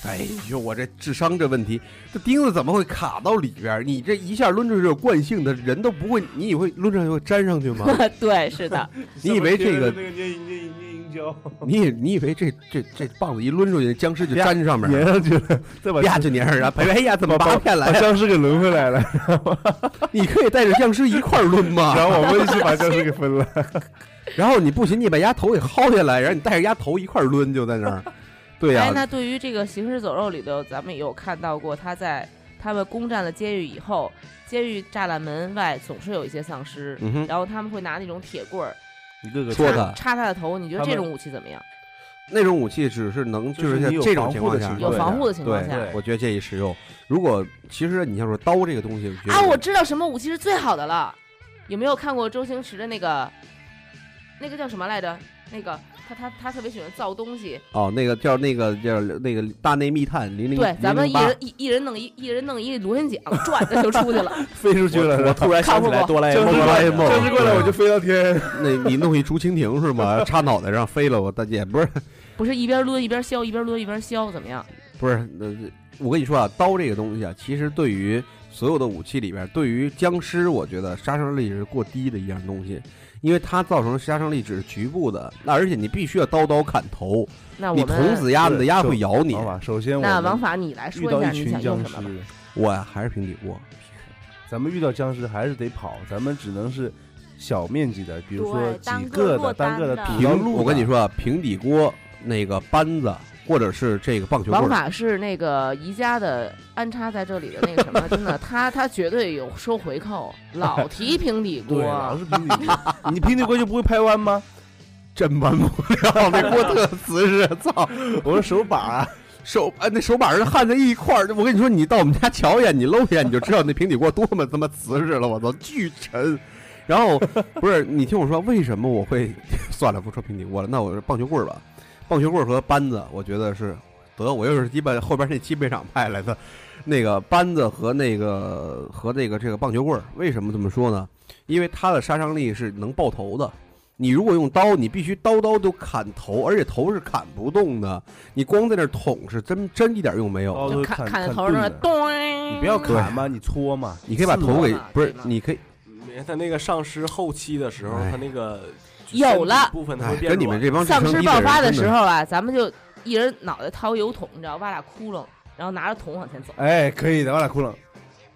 B: 哎，你说我这智商这问题，这钉子怎么会卡到里边儿？你这一下抡出去有惯性的，人都不会，你以为抡上去会粘上去吗？
C: 对，是的，
B: 你以为这个
D: 那个捏捏捏银胶
B: 你以你以为这这这棒子一抡出去，僵尸就
D: 啪
B: 粘上面
D: 粘
B: 了，
D: 上去了，再把
B: 啪就粘上了，哎呀哎呀，怎么拔不下来
D: 把
B: 啊？
D: 僵尸给轮回来了，
B: 你可以带着僵尸一块儿抡 吗？
D: 然后我们一起把僵尸给分了。
B: 然后你不行，你把鸭头给薅下来，然后你带着鸭头一块儿抡，就在 那儿。对呀、
C: 哎，那对于这个《行尸走肉》里头，咱们也有看到过，他在他们攻占了监狱以后，监狱栅栏门外总是有一些丧尸，
B: 嗯哼，
C: 然后他们会拿那种铁棍儿
D: 一个个
B: 戳
C: 插
B: 他
C: 插他的头。你觉得
D: 他
C: 这
D: 们
C: 种武器怎么样？
B: 那种武器只是能
D: 就是
B: 是在
D: 你有
B: 这种
D: 防
B: 情
D: 护
B: 况
D: 的
B: 下
D: 情
C: 有
D: 对
C: 防
D: 的
C: 护的情况
B: 对
C: 下
D: 对
B: 我觉得建议实用。如果其实你像说刀这个东西，觉得
C: 啊，我知道什么武器是最好的了。有没有看过周星驰的那个那个叫什么来着？那个他他他特别喜欢造东西，
B: 哦，那个叫那个叫那个大内密探零零
C: 对，咱们一
B: 008
C: 人一一人弄一一人弄一螺旋桨， 转着就出去了。
D: 飞出去了，
E: 我突然想起来
C: 看
E: 哆啦 A
D: 僵
E: 梦
D: 尸过来，
E: 了，
B: 哆啦 A 梦
D: 僵尸过来我就飞到天。
B: 那你弄一竹蜻蜓是吗？插脑袋上飞了，我大姐不是
C: 不是一边抡一边削，一边抡一边削，怎么样？
B: 不是，那我跟你说啊，刀这个东西啊，其实对于所有的武器里边，对于僵尸，我觉得杀伤力是过低的一样东西，因为它造成杀伤力只是局部的，那而且你必须要刀刀砍头，
C: 那
B: 你
C: 我
B: 捅
C: 们
B: 死鸭子，
D: 对
B: 鸭会咬你
D: 王。法，首先
C: 那
D: 我
C: 王
D: 们
C: 法，你来说
D: 遇到
C: 一下
D: 一
C: 你
D: 群
C: 想用
D: 僵
C: 什么吧？
D: 尸，
B: 我呀还是平底锅，
D: 咱们遇到僵尸还是得跑，咱们只能是小面积的，比如说
F: 对单
D: 几
F: 个
D: 个
F: 落
D: 的、单
F: 单
D: 个
F: 的
D: 比
B: 平
D: 较路。
B: 我跟你，说啊，平底锅那个扳子或者是这个棒球
C: 王
B: 棍儿，
C: 法是那个宜家的安插在这里的那个什么，真的，他他绝对有收回扣，老提平底
D: 对，
C: 锅，
D: 老是平底锅，你平底锅就不会拍弯吗？
B: 真扳不了，那锅特瓷实，操！
D: 我说手把啊，
B: 手啊，那手把儿焊在一块儿。我跟你说，你到我们家瞧一眼，你搂一眼，你就知道那平底锅多么他妈瓷实了。我操，巨沉。然后不是你听我说，为什么我会 算了不说平底锅了？那我说棒球棍儿吧，棒球棍儿和扳子，我觉得是得我又是鸡巴后边那汽配厂派来的。那个扳子和那个和那个这个棒球棍儿，为什么这么说呢？因为它的杀伤力是能爆头的。你如果用刀，你必须刀刀都砍头，而且头是砍不动的。你光在那儿捅是真真一点用没有
D: 哦。
C: 就
D: 都
C: 砍
D: 砍
C: 砍
D: 砍
C: 头上
D: 钝
C: 面
D: 了
C: 咚，
D: 你不要砍嘛，你搓嘛，
B: 你可以把头
C: 刺
B: 给
C: 嘛
B: 不是
C: 对吗，
B: 你可以
E: 你看他那个丧尸后期的时候，
B: 哎
E: 他那个
C: 有
E: 身体
C: 了
E: 部分，他
B: 哎
E: 会变
B: 跟你
E: 弱
B: 们这帮智商
C: 丧
B: 低
C: 尸
B: 人
C: 爆发的
B: 真
C: 时候啊，咱们就一人脑袋掏油桶，你知道，挖俩窟窿，然后拿着桶往前走，
D: 哎，可以的，我俩窟窿。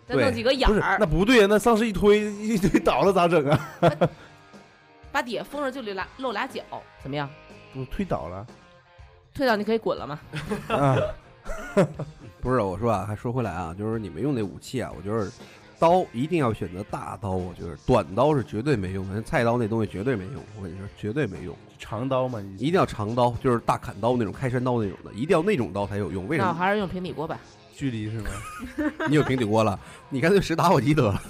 C: 再弄
B: 对
C: 几个眼
D: 不是，
C: 儿
D: 那，不对啊，那丧尸一推一推倒了咋整啊？
C: 把底下封上就留俩露俩脚，怎么样？
D: 不推倒 了
C: 退到你可以滚了吗？
D: 啊？
B: 不是我说啊，还说回来啊，就是你们用那武器啊，我觉得刀一定要选择大刀，我觉得短刀是绝对没用的，那菜刀那东西绝对没用，我跟你说绝对没用，
D: 长刀嘛，你
B: 一定要长刀，就是大砍刀那种开山刀那种的，一定要那种刀才有用。为什
C: 那我
B: 么？
C: 还是用平底锅吧。
D: 距离是吗？
B: 你有平底锅了，你干脆使打火机得了，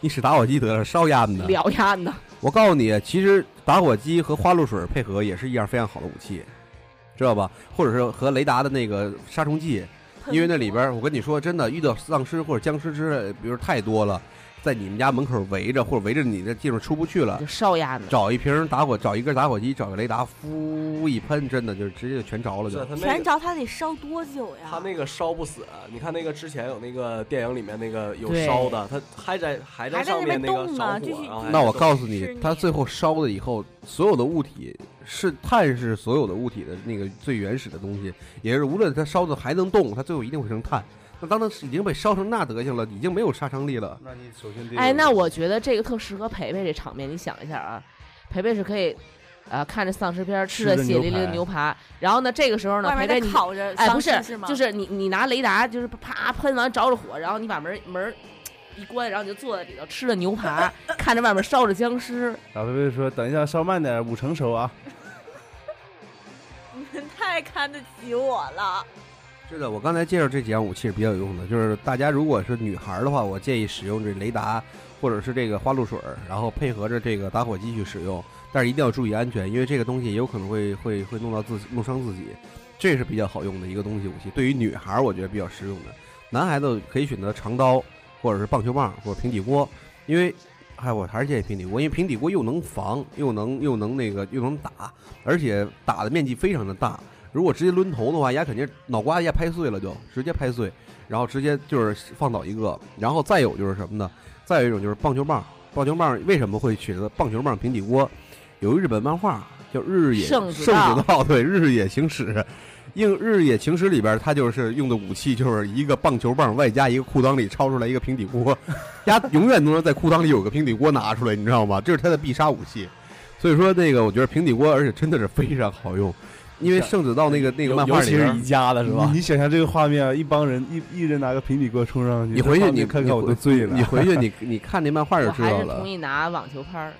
B: 你使打火机得了，烧鸭子 呢。
C: 燎鸭呢？
B: 我告诉你，其实打火机和花露水配合也是一样非常好的武器，知道吧？或者是和雷达的那个杀 虫剂，因为那里边儿我跟你说真的，遇到丧尸或者僵尸之类，比如太多了，在你们家门口围着，或者围着你的地方出不去了
C: 就，烧鸭子，
B: 找一瓶打火，找一根打火机，找个雷达，呼一喷，真的就是直接就全着了
E: 不是啊
B: 就。
E: 他那
F: 全
E: 个
F: 着它得烧多久呀？
E: 他那个烧不死，你看那个之前有那个电影里面那个有
C: 对
E: 烧的，他还在还在
F: 还在
E: 上
F: 那
E: 面
F: 边
E: 那个
F: 动
E: 着火
F: 呢，继续
E: 然啊后还
B: 那
E: 在
B: 我
E: 动
B: 告诉
F: 是
B: 你，
F: 你
B: 它最后烧了以后，所有的物体是碳是所有的物体的那个最原始的东西，也就是无论它烧的还能动，它最后一定会成碳。那当它已经被烧成那德行了，已经没有杀伤力了。
D: 那你首先得
C: 哎，
D: 有
C: 那我觉得这个特适合培培这场面，你想一下啊，培培是可以，呃，看着丧尸片儿吃
D: 吃
C: 着
D: 着
C: 血
D: 牛
C: 淋淋的
D: 排
C: 牛排，然后呢，这个时候呢，
F: 外
C: 培
F: 面
C: 培
F: 在
C: 你。
F: 烤着
C: 哎，不
F: 丧尸
C: 是，
F: 吗？
C: 就是你你拿雷达，就是啪喷完着着火，然后你把门门一关，然后你就坐在里头吃着牛排，看着外面烧着僵尸。
D: 老贝贝说，等一下烧慢点，五成熟啊。
F: 你们太看得起我了。
B: 是的，我刚才介绍这几样武器是比较有用的，就是大家如果是女孩儿的话，我建议使用这雷达或者是这个花露水儿，然后配合着这个打火机去使用，但是一定要注意安全，因为这个东西有可能会会会弄到自己弄伤自己，这是比较好用的一个东西武器，对于女孩儿我觉得比较实用的。男孩子可以选择长刀或者是棒球棒或者平底锅，因为。哎，我还是建议平底锅，因为平底锅又能防，又能又能那个又能打，而且打的面积非常的大，如果直接抡头的话，丫肯定脑瓜子丫拍碎了就，直接拍碎，然后直接就是放倒一个。然后再有就是什么呢？再有一种就是棒球棒，棒球棒为什么会取得棒球棒平底锅？有一日本漫画叫《日野
C: 圣子
B: 子
C: 道
B: 道》，对《日野行史》。应《日野情史》里边，他就是用的武器就是一个棒球棒，外加一个裤裆里抄出来一个平底锅， 丫永远都能在裤裆里有个平底锅拿出来，你知道吗？这是他的必杀武器。所以说，那个我觉得平底锅，而且真的是非常好用，因为圣子道那个那个漫
E: 尤
B: 画
E: 尤
B: 里
E: 其是
B: 边
E: 宜，家的是吧
D: 你？你想象这个画面啊，一帮人一一人拿个平底锅冲上去，
B: 你回去
D: 这画
B: 你
D: 面看看我都醉了。啊
B: 你回去你你看那漫画就
C: 我
B: 知
C: 还
B: 道
C: 是同
B: 了，
C: 意拿网球拍儿，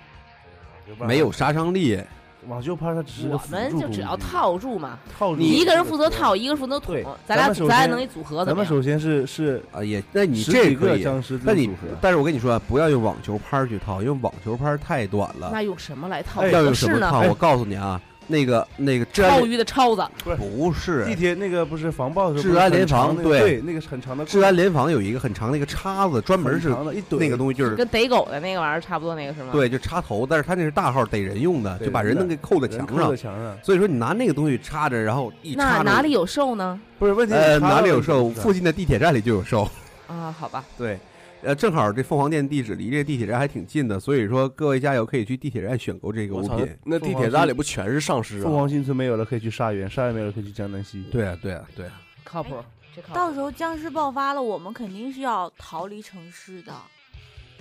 B: 没有杀伤力。
D: 网球拍，它只是个
C: 我
D: 辅
C: 们
D: 助
C: 就
D: 工
C: 只要
D: 具
C: 套住嘛，
D: 套住
C: 你一个人
D: 这
C: 负责
D: 球
C: 套，一个人负责
D: 对
C: 捅，咱
D: 咱
C: 俩
D: 们首
C: 咱俩
D: 先
C: 能一组合怎
D: 咱
C: 么
D: 们
C: 样？
D: 首先是是
B: 啊，也那你
D: 十
B: 这
D: 几
B: 可
D: 个
B: 以，
D: 僵尸，
B: 但你但是我跟你说啊，不要用网球拍儿去套，因为网球拍儿太短了。
C: 那用什么来套
D: 哎？
B: 要
C: 合
B: 用什
C: 适
B: 么
C: 呢？
B: 套？
D: 哎
B: 我告诉你啊，那个那个治安
C: 鲍
B: 联
C: 鱼的抄子，
B: 不
D: 地
B: 是
D: 铁那个不是防爆的时候
B: 治安
D: 不是
B: 联
D: 很长
B: 防
D: 那个
B: 对
D: 对那个很长的
B: 治安联防有一个很长的一个叉子，专
D: 很
B: 门是
D: 长的一怼
B: 那个东西，就是
C: 跟逮狗的那个玩意儿差不多，那个是吗？，
B: 对，就插头，但是它那是大号逮人用的，
D: 啊对
B: 就把人能给扣在墙
D: 人扣
B: 上
D: 在。墙上，
B: 所以说你拿那个东西插着，然后一
C: 那
B: 插
C: 哪
B: 着
C: 里有兽呢？
D: 不是问题。
B: 呃，
D: 你插
B: 哪里
D: 到
B: 有
D: 那个
B: 售？
D: 地方
B: 附近的地铁站里就有 售。
C: 啊，好吧，
B: 对，呃，正好这凤凰店地址离这地铁站还挺近的，所以说各位加油可以去地铁站选购这个
E: 我
B: 物
E: 操
B: 品。，
E: 那地铁站里不全是丧尸
D: 凤
E: 啊？
D: 凰新村没有了，可以去沙原；沙原没有了，可以去江南西。
B: 对啊，对啊，对啊，
C: 靠谱，这靠谱。
F: 到时候僵尸爆发了，我们肯定是要逃离城市的。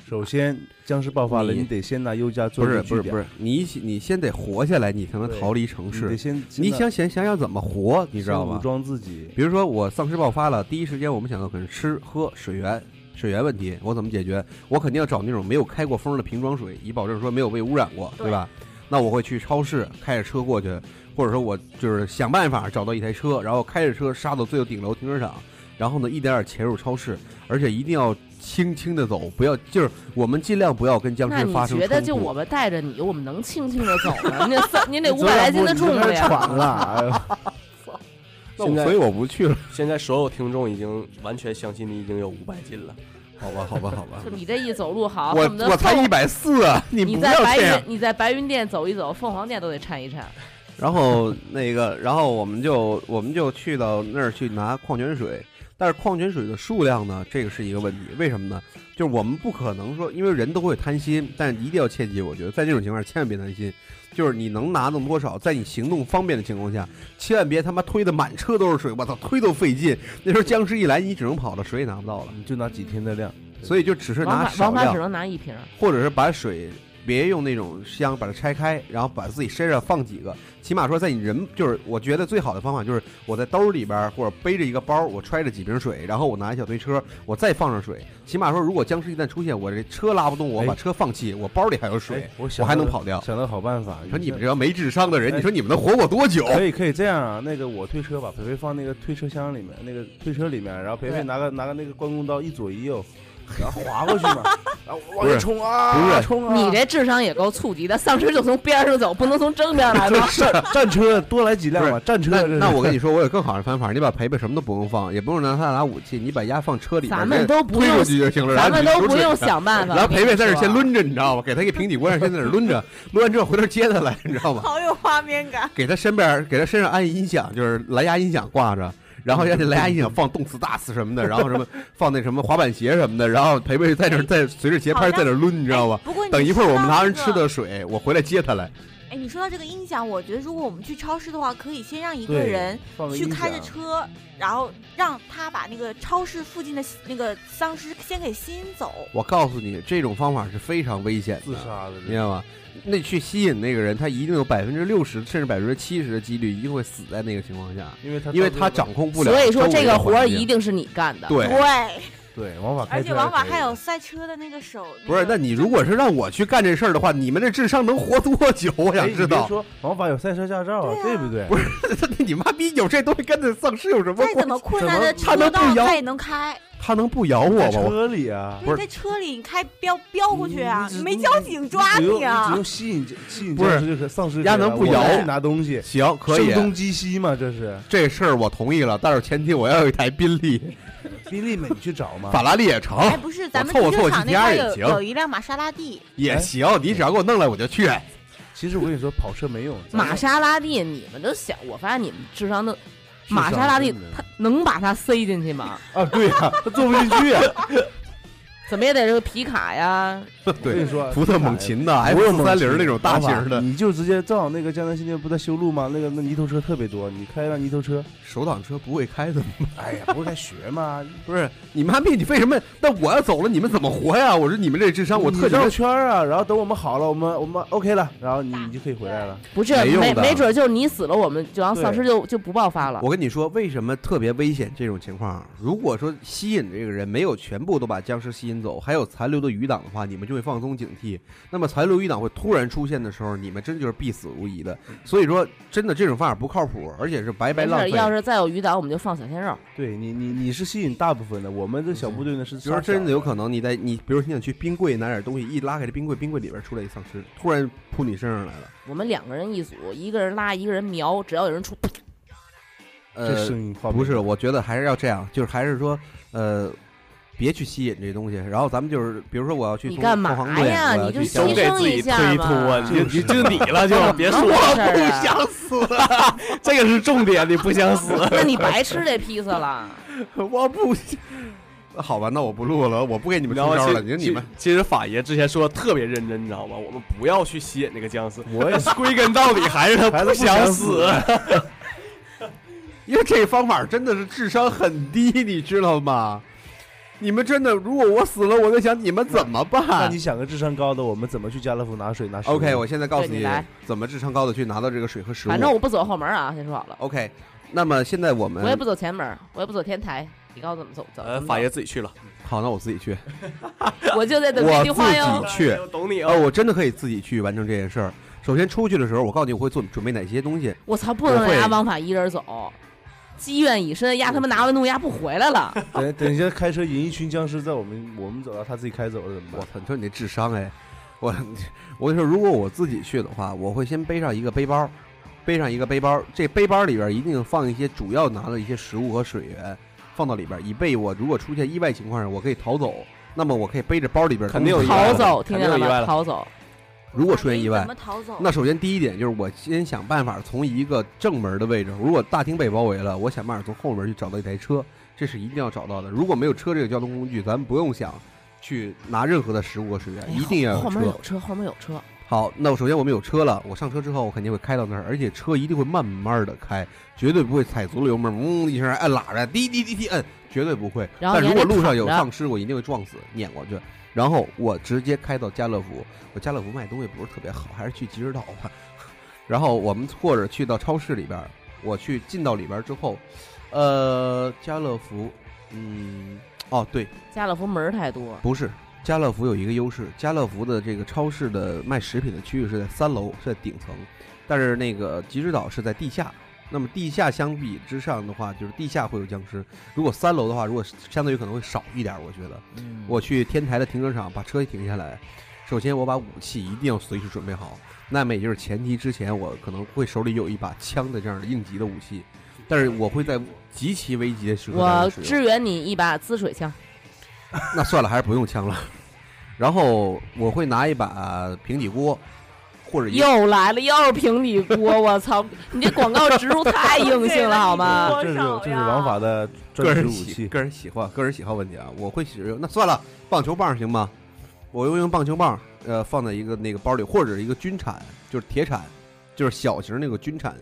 D: 首先僵尸爆发了，
B: 你
D: 你得先拿优家做
B: 不是
D: 一个
B: 不是
D: 据
B: 不是，你起你先得活下来，你才能
D: 对
B: 逃离城
D: 点
B: 市
D: 你得。先
B: 你
D: 先
B: 想想想想怎么活，你知道
D: 先
B: 吗
D: 武？装自己，
B: 比如说我丧尸爆发了，第一时间我们想到可是吃喝水源。水源问题我怎么解决？我肯定要找那种没有开过封的瓶装水，以保证说没有被污染过，
F: 对
B: 对吧？那我会去超市开着车过去，或者说我就是想办法找到一台车，然后开着车杀到最后顶楼停车场，然后呢一点点潜入超市，而且一定要轻轻的走，不要就是我们尽量不要跟僵
C: 那
B: 尸
C: 你
B: 发生冲突。
C: 觉得就我们带着你，我们能轻轻的走 吗？您这三，您这
D: 你
C: 五
D: 走
C: 百
D: 两
C: 来斤
D: 步
C: 的
D: 你
C: 重
D: 就开
C: 的
D: 始
C: 呀，
D: 喘了，哎呦
B: 那
E: 现
B: 我
E: 在
B: 所以我不去了，
E: 现在所有听众已经完全相信你已经有五百斤了，
B: 好吧，好吧，好吧
C: 就，你这一走路好，
B: 我
C: 恨不得
B: 我才
C: 凤
B: 一百四，啊你
C: 你
B: 不
C: 在
B: 要
C: 白
B: 这样
C: 云。你在白云店走一走，凤凰店都得颤一颤。
B: 然后那个，然后我们就我们就去到那儿去拿矿泉水，但是矿泉水的数量呢，这个是一个问题。为什么呢？就是我们不可能说，因为人都会贪心，但一定要切记，我觉得在这种情况下千万别贪心。就是你能拿那么多少，在你行动方便的情况下，千万别他妈推的满车都是水，我操，推都费劲。那时候僵尸一来，你只能跑了，水也拿不到了，
D: 你就拿几天的量，
B: 所以就只是
C: 王
B: 拿
C: 法
B: 少
C: 王法
B: 量
C: 只。能拿一瓶，
B: 或者是把水别用那种箱把它拆开，然后把自己身上放几个，起码说在你人就是我觉得最好的方法就是我在兜里边儿或者背着一个包，我揣着几瓶水，然后我拿一小推车，我再放上水，起码说如果僵尸一旦出现，我这车拉不动我，
D: 哎
B: 把车放弃，我包里还有水
D: 哎，我
B: 我
D: 想
B: 还
D: 到
B: 能跑掉。
D: 想到好办法，
B: 你说你们
D: 这
B: 这帮没智商的人，
D: 哎
B: 你说你们能活过多久？
D: 可以可以这样啊，那个我推车把培培放那个推车厢里面，那个推车里面，然后培培
C: 对
D: 拿个拿个那个关公刀一左一右，然后滑过去嘛，然后往
B: 不
D: 前
B: 是
D: 冲
B: 不
D: 啊，
B: 是
D: 冲啊！
C: 你这智商也够触及的，丧尸就从边上走，不能从正面来吗？
D: 战战车多来几辆吧，战车
B: 那
D: 这是
B: 那我 跟你说，我有更好的方法，你把培培什么都不用放，也不用拿他拿武器，你把鸭放车里边，
C: 咱们都不
B: 推
C: 用
B: 出，去就行了。
C: 咱
B: 然后
C: 们
B: 你
C: 都
B: 就
C: 不
B: 追
C: 用
B: 着
C: 想办法。
B: 然后培培在这
C: 这
B: 儿先，抡着，你知道吗？给他一个平底锅，让先在那儿抡着，抡完之后回头接他来，你知道吗？
F: 好有画面感。
B: 给他身边，给他身上安一音响，就是蓝牙音响挂着，然后让那蓝牙音响放动次打次什么的，然后什 么放那什么滑板鞋什么的，然后培培在那
C: 哎
B: 儿在随着节拍在那儿抡，你知道吗？
F: 哎不过你
B: 等一会儿
F: 说
B: 我们
F: 到
B: 拿
F: 这
B: 人吃
F: 个。
B: 的水，我回来接他来。
F: 哎，你说到这个音响，我觉得如果我们去超市的话，可以先让一个
D: 对
F: 人
D: 放个
F: 去
D: 音
F: 开着
D: 响
F: 车，然后让他把那个超市附近的那个丧尸先给吸引走。
B: 我告诉你，这种方法是非常危险
D: 自
B: 的。
D: 杀的
B: 你知
D: 这，
B: 道吗？那去吸引那个人，他一定有百分之六十甚至百分之七十的几率一定会死在那个情况下，
D: 因为他
B: 因为
D: 到
B: 他
D: 最后
B: 掌控不了。
C: 所以说这个活儿一定是你干的。
B: 对，
F: 对，
D: 对王法开
F: 而且
D: 车
F: 往往
D: 可以
F: 还有赛车的那个手。
B: 不是？
F: 个
B: 那你如果是让我去干这事儿的话，你们这智商能活多久？我
D: 哎
B: 想
D: 你
B: 知
D: 别
B: 道。
D: 说王法有赛车驾照啊
F: 对
D: 对
F: 啊
D: 不对？
B: 不是， 你妈逼有这东西跟那丧尸有什么
F: 再
B: 关
F: 怎
B: 系？
F: 么困
D: 怎
F: 难
D: 么
F: 的
B: 他
F: 车
B: 能
F: 道
B: 不，摇
F: 他也能开。
B: 他能不咬我
D: 在
B: 吗？我
D: 车里啊，
B: 不是
F: 对，在车里你开飙飙过去啊
D: 你你，只
F: 没交警抓
D: 只用
F: 你
D: 只
F: 啊
D: 用！吸引吸引
B: 不是
D: 僵尸就可丧尸可以
B: 鸭
D: 了，
B: 能不
D: 我
B: 咬
D: 们去拿东西，
B: 行，可以
D: 声，东击西嘛，这是
B: 这事儿我同意了，但是前提我要有一台宾利、
D: 宾利美你去找嘛
B: 法。拉利也成，
F: 哎，不是，咱们
B: 凑合
F: 停
B: 凑合
F: 车场
B: 去
F: 那
B: 第二
F: 块
B: 也
F: 有
B: 行
F: 有一辆玛莎拉蒂，
D: 哎
B: 也行，你只要给我弄来我就去。
D: 啊其实我跟你说，跑车没用，咱们
C: 玛莎拉蒂，你们都想，我发现你们智商都，
D: 智商
C: 玛莎拉蒂
D: 真的
C: 它能把它塞进去吗？
D: 啊，对呀，他坐不进去啊。
C: 怎么也得是个皮卡呀，
D: 我跟
B: 对
D: 你，说，
B: 福特猛禽的
D: 不
B: F
D: 用
B: 四
D: 猛
B: 三零
D: 骑
B: 那种大型
D: 王
B: 的
D: 法，你就直接正好那个江南新店不在修路吗？那个那泥头车特别多，你开一辆泥头车，
B: 手挡车不会开的。
D: 哎呀，不是该学 吗？
B: 不是你妈逼，你为什么？那我要走了，你们怎么活呀？我说你们这智商，我特
D: 绕
B: 想
D: 圈儿啊，然后等我们好了，我们我们 OK 了，然后你你就可以回来了。
C: 不是
B: 没用
C: 没
B: 的
C: 没准就是你死了，我们就然后丧尸就就不爆发了。
B: 我跟你说，为什么特别危险这种情况？如果说吸引这个人没有全部都把僵尸吸引走，还有残留的余党的话，你们就会放松警惕。那么残留余党会突然出现的时候，你们真就是必死无疑的。所以说，真的这种方法不靠谱，而且是白白
C: 没事
B: 浪
C: 儿，
B: 费。
C: 要是再有余党，我们就放小鲜肉。
D: 对你你你是吸引大部分的，我们这小部队呢是
B: 比如说，
D: 杀小，
B: 真的有可能你在你，比如说你想去冰柜拿点东西，一拉开这冰柜，冰柜里边出来一丧尸，突然扑你身上来了。
C: 我们两个人一组，一个人拉，一个人瞄，只要有人出，
B: 呃，
D: 这声音画面
B: 不是，我觉得还是要这样，就是还是说，呃，别去吸引这东西。然后咱们就是，比如说我要去
C: 你
B: 从
C: 干嘛
B: 凤凰队
C: 呀
B: 我要
C: 你就
B: 去
C: 牺牲
B: 小
E: 都
B: 队
E: 给自己推脱
C: 牺
E: 啊，
C: 牲
E: 你
D: 一
E: 你
D: 下嘛
E: 就你了，就别说
C: 我
E: 了，
C: 不想，
E: 死了， 这个是重点，你不想 死。
C: 那你白吃这披萨 了。
B: 我不信。 好吧，那我不录了，我不给你们出
E: 然后
B: 招
E: 其
B: 了。你说你们，
E: 其其实法爷之前说的特别认真，你知道吗？我们不要去吸引那个僵尸，
D: 我也是
E: 归根到底还是他
D: 还是不
E: 想
D: 想死。
B: 因为这方法真的是智商很低，你知道吗？你们真的，如果我死了，我在想你们怎么
D: 那
B: 办
D: 你想个智商高的，我们怎么去家乐福拿水拿食物
B: ？OK，我现在告诉
C: 对
B: 你
C: 你来
B: 怎么智商高的去拿到这个水和食物。
C: 反正我不走后门啊，先说好了，
B: OK，那么现在我们
C: 我也不走前门，我也不走天台。你告诉我怎么走？走
E: 呃，法，爷自己去了，
B: 好，那我自己去，
C: 怎么走我就在等这
B: 我
C: 句话
B: 自
C: 哟
B: 己。去。
E: 懂你啊
B: 哦，。我真的可以自己去完成这件事儿。首先出去的时候，我告诉你我会做准备哪些东西。
C: 我操，不能让
B: 我
C: 丫
B: 会
C: 王法一人走，积怨已深，丫他妈拿完怒丫不回来 了。
D: 等等一下开车引一群僵尸在我们我们走到他自己开走了怎么
B: 我
D: 办？
B: 操，你说你这智商哎！我我跟你说，如果我自己去的话，我会先背上一个背包，背上一个背包，这背包里边一定放一些主要拿的一些食物和水源，放到里边，以备我如果出现意外情况时我可以逃走。那么我可以背着包里边
E: 肯定有
B: 东西
E: 意外
C: 逃
E: 了
C: 走，听
E: 肯
C: 见
E: 定
C: 了
E: 有意外
C: 吗？
E: 了
C: 逃走，
B: 如果出现意
F: 怎
B: 外，
F: 么逃走？
B: 那首先第一点就是我先想办法从一个正门的位置，如果大厅被包围了，我想办法从后门去找到一台车，这是一定要找到的。如果没有车这个交通工具，咱们不用想去拿任何的食物和水啊
C: 哎
B: 源，一定要
C: 后
B: 有
C: 面
B: 车
C: 有。车，后面有车。
B: 好，那我首先我们有车了，我上车之后我肯定会开到那儿，而且车一定会慢慢的开，绝对不会踩足了油门，嗡一声按喇叭，滴滴滴滴摁，绝对不会。
C: 然后
B: 但
C: 你
B: 如
C: 还
B: 果
C: 得
B: 路上有
C: 躺着
B: 丧尸，我一定会撞死，碾过去。然后我直接开到家乐福，我家乐福卖东西不是特别好，还是去集市岛吧。然后我们或者去到超市里边儿，我去进到里边儿之后，呃，家乐福，嗯，哦对，
C: 家乐福门儿太多，
B: 不是，家乐福有一个优势，家乐福的这个超市的卖食品的区域是在三楼，是在顶层，但是那个吉之岛是在地下，那么地下相比之上的话，就是地下会有僵尸。如果三楼的话，如果相对于可能会少一点，我觉得。
G: 嗯
B: 我去天台的停车场把车停下来，首先我把武器一定要随时准备好。那么也就是前提之前，我可能会手里有一把枪的这样的应急的武器，但是我会在极其危急的时刻才
C: 我
B: 会使用。
C: 支援你一把滋水枪，
B: 那算了，还是不用枪了。 然后我会拿一把平底锅，或者一个
C: 又来了，又是平底 锅，我操！你这广告植入太硬性了，好吗？
F: 多
D: 这是
F: 少
D: 这是
F: 呀
D: 王法的
B: 啊个
D: 专属
B: 人
D: 武
B: 喜
D: 器。
B: 个人喜好个人喜好问题啊，我会使用。那算了，棒球棒行吗？我用用棒球棒，呃，放在一个那个包里，或者一个军铲，就是铁铲，就是小型那个军铲，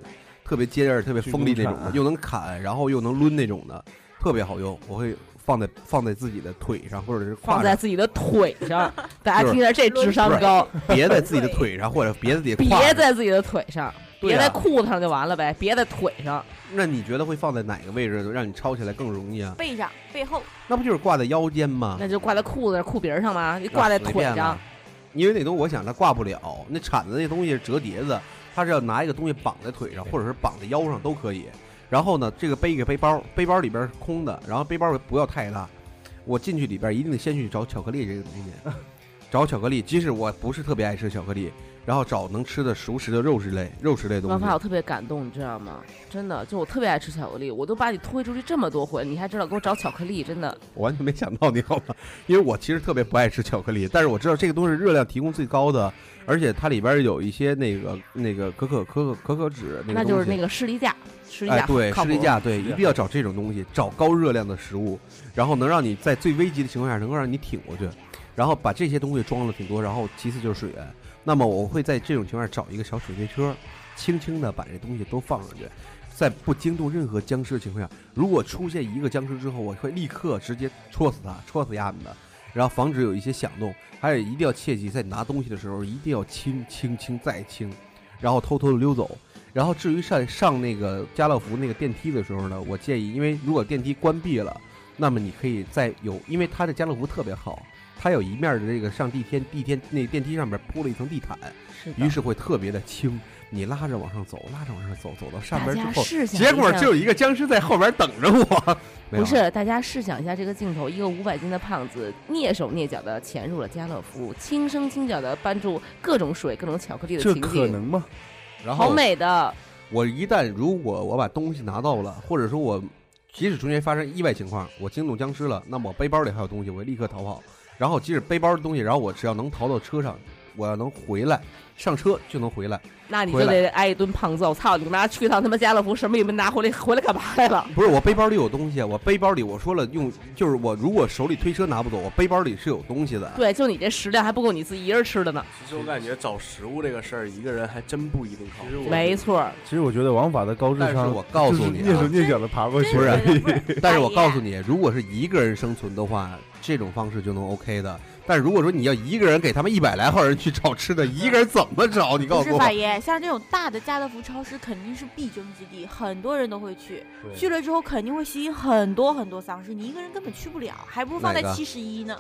B: 特别结实、特别锋利那种
D: 军
B: 的，
D: 铲
B: 又能砍，然后又能抡那种的，特别好用。我会放在放在自己的腿上，或者是
C: 放
B: 胯
C: 在
B: 上，
C: 自己的腿 上，大家听一下，这智商高，
B: 别在自己的腿上，或者别在自己的胯
C: 别
B: 上。
C: 在自己的腿上，
B: 对
C: 别
B: 啊
C: 在裤子上就完了呗，别在腿上。
B: 那你觉得会放在哪个位置让你抄起来更容易啊？
F: 背上背后，
B: 那不就是挂在腰间吗？
C: 那就挂在裤子、裤鼻儿上
B: 啊
C: 吗？你挂在
B: 随
C: 腿
B: 便
C: 上
B: 了，，因为那东西我想它挂不了，那铲子那东西是折叠的，它是要拿一个东西绑在腿上，或者是绑在腰上都可以。然后呢，这个背一个背包，背包里边是空的，然后背包不要太大。我进去里边一定先去找巧克力这个东西，找巧克力，即使我不是特别爱吃巧克力，然后找能吃的熟食的肉食类、肉食类东
C: 王
B: 西
C: 发，。我特别感动，你知道吗？真的，就我特别爱吃巧克力，我都把你推出去这么多回，你还知道给我找巧克力，真的。
B: 我完全没想到你好吧，因为我其实特别不爱吃巧克力，但是我知道这个东西热量提供最高的，而且它里边有一些那个那个可可可可可可脂那个
C: 那
B: 东
C: 就
B: 西
C: 是那个士力架，士力
B: 哎
C: 架，
B: 对，
C: 靠
B: 士
C: 谱
B: 力。架，对，
D: 士力
B: 一
D: 架
B: 定要找这种东西，找高热量的食物，然后能让你在最危急的情况下能够让你挺过去，然后把这些东西装了挺多，然后其次就是水源。那么我会在这种情况下找一个小水推车，轻轻的把这东西都放上去，在不惊动任何僵尸的情况下，如果出现一个僵尸之后，我会立刻直接戳死它，戳死丫们的。然后防止有一些响动，还有一定要切记，在拿东西的时候一定要轻轻轻再轻，然后偷偷的溜走，然后至于上上那个家乐福那个电梯的时候呢，我建议，因为如果电梯关闭了，那么你可以再有，因为它的家乐福特别好，它有一面的这个上地天地天那电梯上面铺了一层地毯，
C: 是的
B: 于是会特别的轻，你拉着往上走，拉着往上走，走到上
C: 大
B: 边之
C: 家
B: 后，
C: 试想一
B: 结
C: 下，
B: 果就有一个僵尸在后边等着我，没有
C: 不是，大家试想一下这个镜头：一个五百斤的胖子蹑手蹑脚的潜入了家乐福，轻声轻脚的搬住各种水、各种巧克力的
D: 这
C: 情
D: 可
C: 景，
D: 能吗？
B: 然
C: 好
B: 后
C: 美啊的。
B: 我一旦如果我把东西拿到了，或者说我即使中间发生意外情况，我惊动僵尸了，那么我背包里还有东西，我会立刻逃跑。然后即使背包的东西，然后我只要能逃到车上，我要能回来，上车就能回来。
C: 那你就
B: 回来
C: 得挨一顿胖揍！操你妈！去趟他妈家乐福，什么也没拿回来，回来干嘛来了？
B: 不是我背包里有东西，我背包里我说了用，就是我如果手里推车拿不走，我背包里是有东西的。
C: 对，就你这食量还不够你自己一人吃的呢。
E: 其实我感觉找食物这个事儿，一个人还真不一定靠谱。
C: 没错儿，
D: 其实我觉得王法的高智
B: 但是
D: 商，
B: 我告诉你啊
D: 就是蹑手蹑脚的爬过去，
B: 不是
F: 是
B: 但是我告诉你，如果是一个人生存的话，这种方式就能 OK 的。但是如果说你要一个人给他们一百来号人去找吃的，一个人怎么找？你告
F: 不
B: 诉
F: 是
B: 我。
F: 法爷，像这种大的家乐福超市肯定是必争之地，很多人都会去。去了之后肯定会吸引很多很多丧尸，你一个人根本去不了，还不如放在
B: 哪个
F: 七十一呢。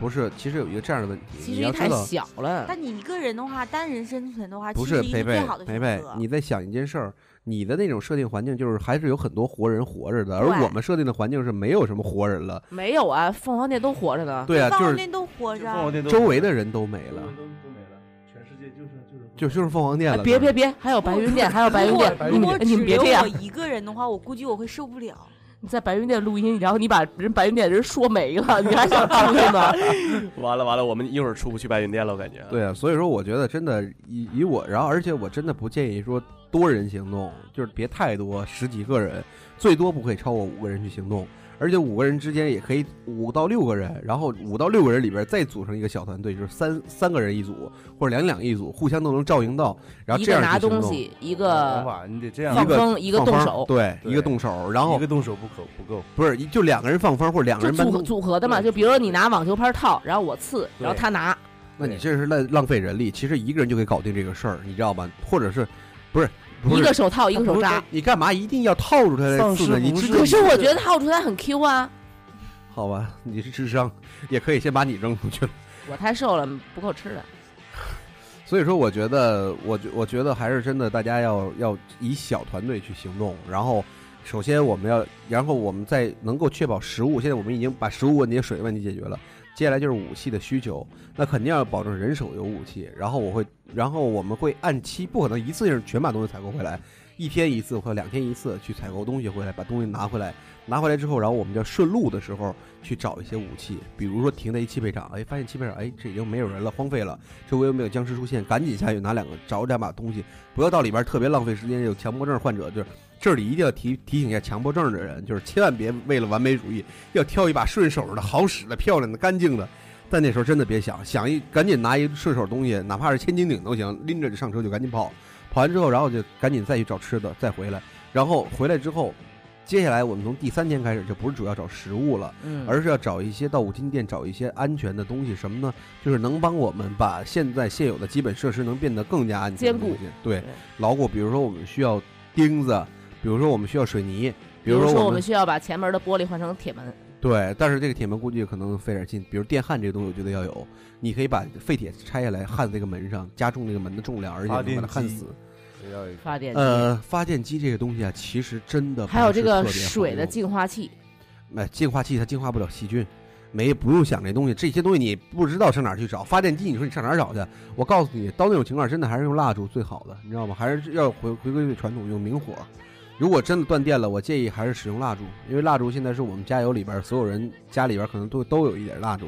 B: 不是，其实有一个这样的问题，
C: 其
B: 你
C: 实
B: 要
C: 太
B: 知道，
C: 小了。
F: 但你一个人的话，单人生存的话，
B: 不
F: 七
B: 是
F: 十一
B: 培
F: 是
B: 培
F: 最好的
B: 培
F: 选
B: 培
F: 择，。
B: 你在想一件事儿，你的那种设定环境就是还是有很多活人活着的，而
F: 对
B: 我们设定的环境是没有什么活人了。
C: 没有啊，凤凰店都活着呢。
B: 对啊，
F: 放
B: 就
F: 完
B: 是
F: 电都活着，
B: 周围的人都没了，
D: 都没了，全世界就是就是
B: 就就是凤凰店
C: 嗯哎
B: 了。
C: 别别别，还有白云店，还有白云
F: 如
C: 店
F: 果，
C: 你
F: 如果
C: 们你
F: 只
C: 们别
F: 留
C: 这
F: 我
C: 样，
F: 一个人的话，我估计我会受不了。
C: 你在白云店录音，然后你把人白云店人说没了，你 还想出去吗？
E: 完了完了，我们一会儿出不去白云店了，我感觉。
B: 对啊，所以说我觉得真的以以我，然后而且我真的不建议说多人行动，就是别太多，十几个人，最多不会超过五个人去行动，而且五个人之间也可以五到六个人，然后五到六个人里边再组成一个小团队，就是三三个人一组或者两两一组，互相都能照应到，然后
C: 一
B: 这
C: 个
B: 样
C: 拿
B: 去行
C: 东
B: 动。哦
C: 西，一
D: 王
C: 个
D: 法，你得这样
C: 放
B: 一个
C: 风，一个
B: 放
C: 动
B: 风
C: 手，
B: 对，
D: 对
B: 一个动手，然后
D: 一个动手不够不够，
B: 不是一就两个人放风或者两个人
C: 就
B: 搬
C: 组合
B: 动，
C: 组合的嘛。就比如说你拿网球拍套，然后我刺，然后
D: 对
C: 他拿，
B: 那你这是浪浪费人力。其实一个人就可以搞定这个事儿，你知道吗？或者是不是不
C: 一
B: 是
C: 个手套，一啊个手扎。
B: 你干嘛一定要套住他来
D: 丧
B: 刺
D: 尸
B: 呢？你
D: 不
B: 智
D: 是
C: 可是我觉得套出来很 Q 啊，
B: 好吧，你是智商，也可以先把你扔出去了。
C: 我太瘦了，不够吃的。
B: 所以说，我觉得，我觉我觉得还是真的，大家要要以小团队去行动。然后，首先我们要，然后我们再能够确保食物。现在我们已经把食物问题、水问题解决了，接下来就是武器的需求。那肯定要保证人手有武器。然后我会，然后我们会按期，不可能一次性全把东西采购回来，一天一次或两天一次去采购东西回来，把东西拿回来。拿回来之后，然后我们就顺路的时候去找一些武器，比如说停在一汽配厂，哎，发现汽配厂，哎，这已经没有人了，荒废了。周围又没有僵尸出现，赶紧下去拿两个找两把东西，不要到里边特别浪费时间。有强迫症患者就是这里一定要提提醒一下强迫症的人，就是千万别为了完美主义，要挑一把顺手的、好使的、漂亮的、干净的。但那时候真的别想，想一赶紧拿一顺手的东西，哪怕是千斤顶都行，拎着就上车就赶紧跑。跑完之后，然后就赶紧再去找吃的，再回来。然后回来之后，接下来我们从第三天开始就不是主要找食物了，
C: 嗯，
B: 而是要找一些到五金店找一些安全的东西，什么呢？就是能帮我们把现在现有的基本设施能变得更加安全的
C: 坚
B: 东
C: 固
B: 西，对
C: 对，
B: 牢固。比如说我们需要钉子，比如说我们需要水泥，比
C: 比
B: 如
C: 如
B: 说
C: 说
B: 我
C: 我
B: 们
C: 们需要把前门的玻璃换成铁门，
B: 对，但是这个铁门估计可能费点劲，比如电焊这个东西，我觉得要有。你可以把废铁拆下来焊在这个门上，加重这个门的重量，而且
D: 发
B: 能把它
D: 电
B: 焊
D: 机
B: 死。
D: 也要一个
C: 发电机，
B: 呃，发电机这个东西啊，其实真的
C: 还有
B: 不是
C: 这个
B: 特别好
C: 水的
B: 用
C: 净化器，
B: 哎，净化器它净化不了细菌，没不用想这东西，这些东西你不知道上哪儿去找。发电机，你说你上哪儿找去？我告诉你，到那种情况真的还是用蜡烛最好的，你知道吗？还是要回回归最传统，用明火。如果真的断电了，我建议还是使用蜡烛，因为蜡烛现在是我们家油里边儿所有人家里边儿可能都都有一点蜡烛，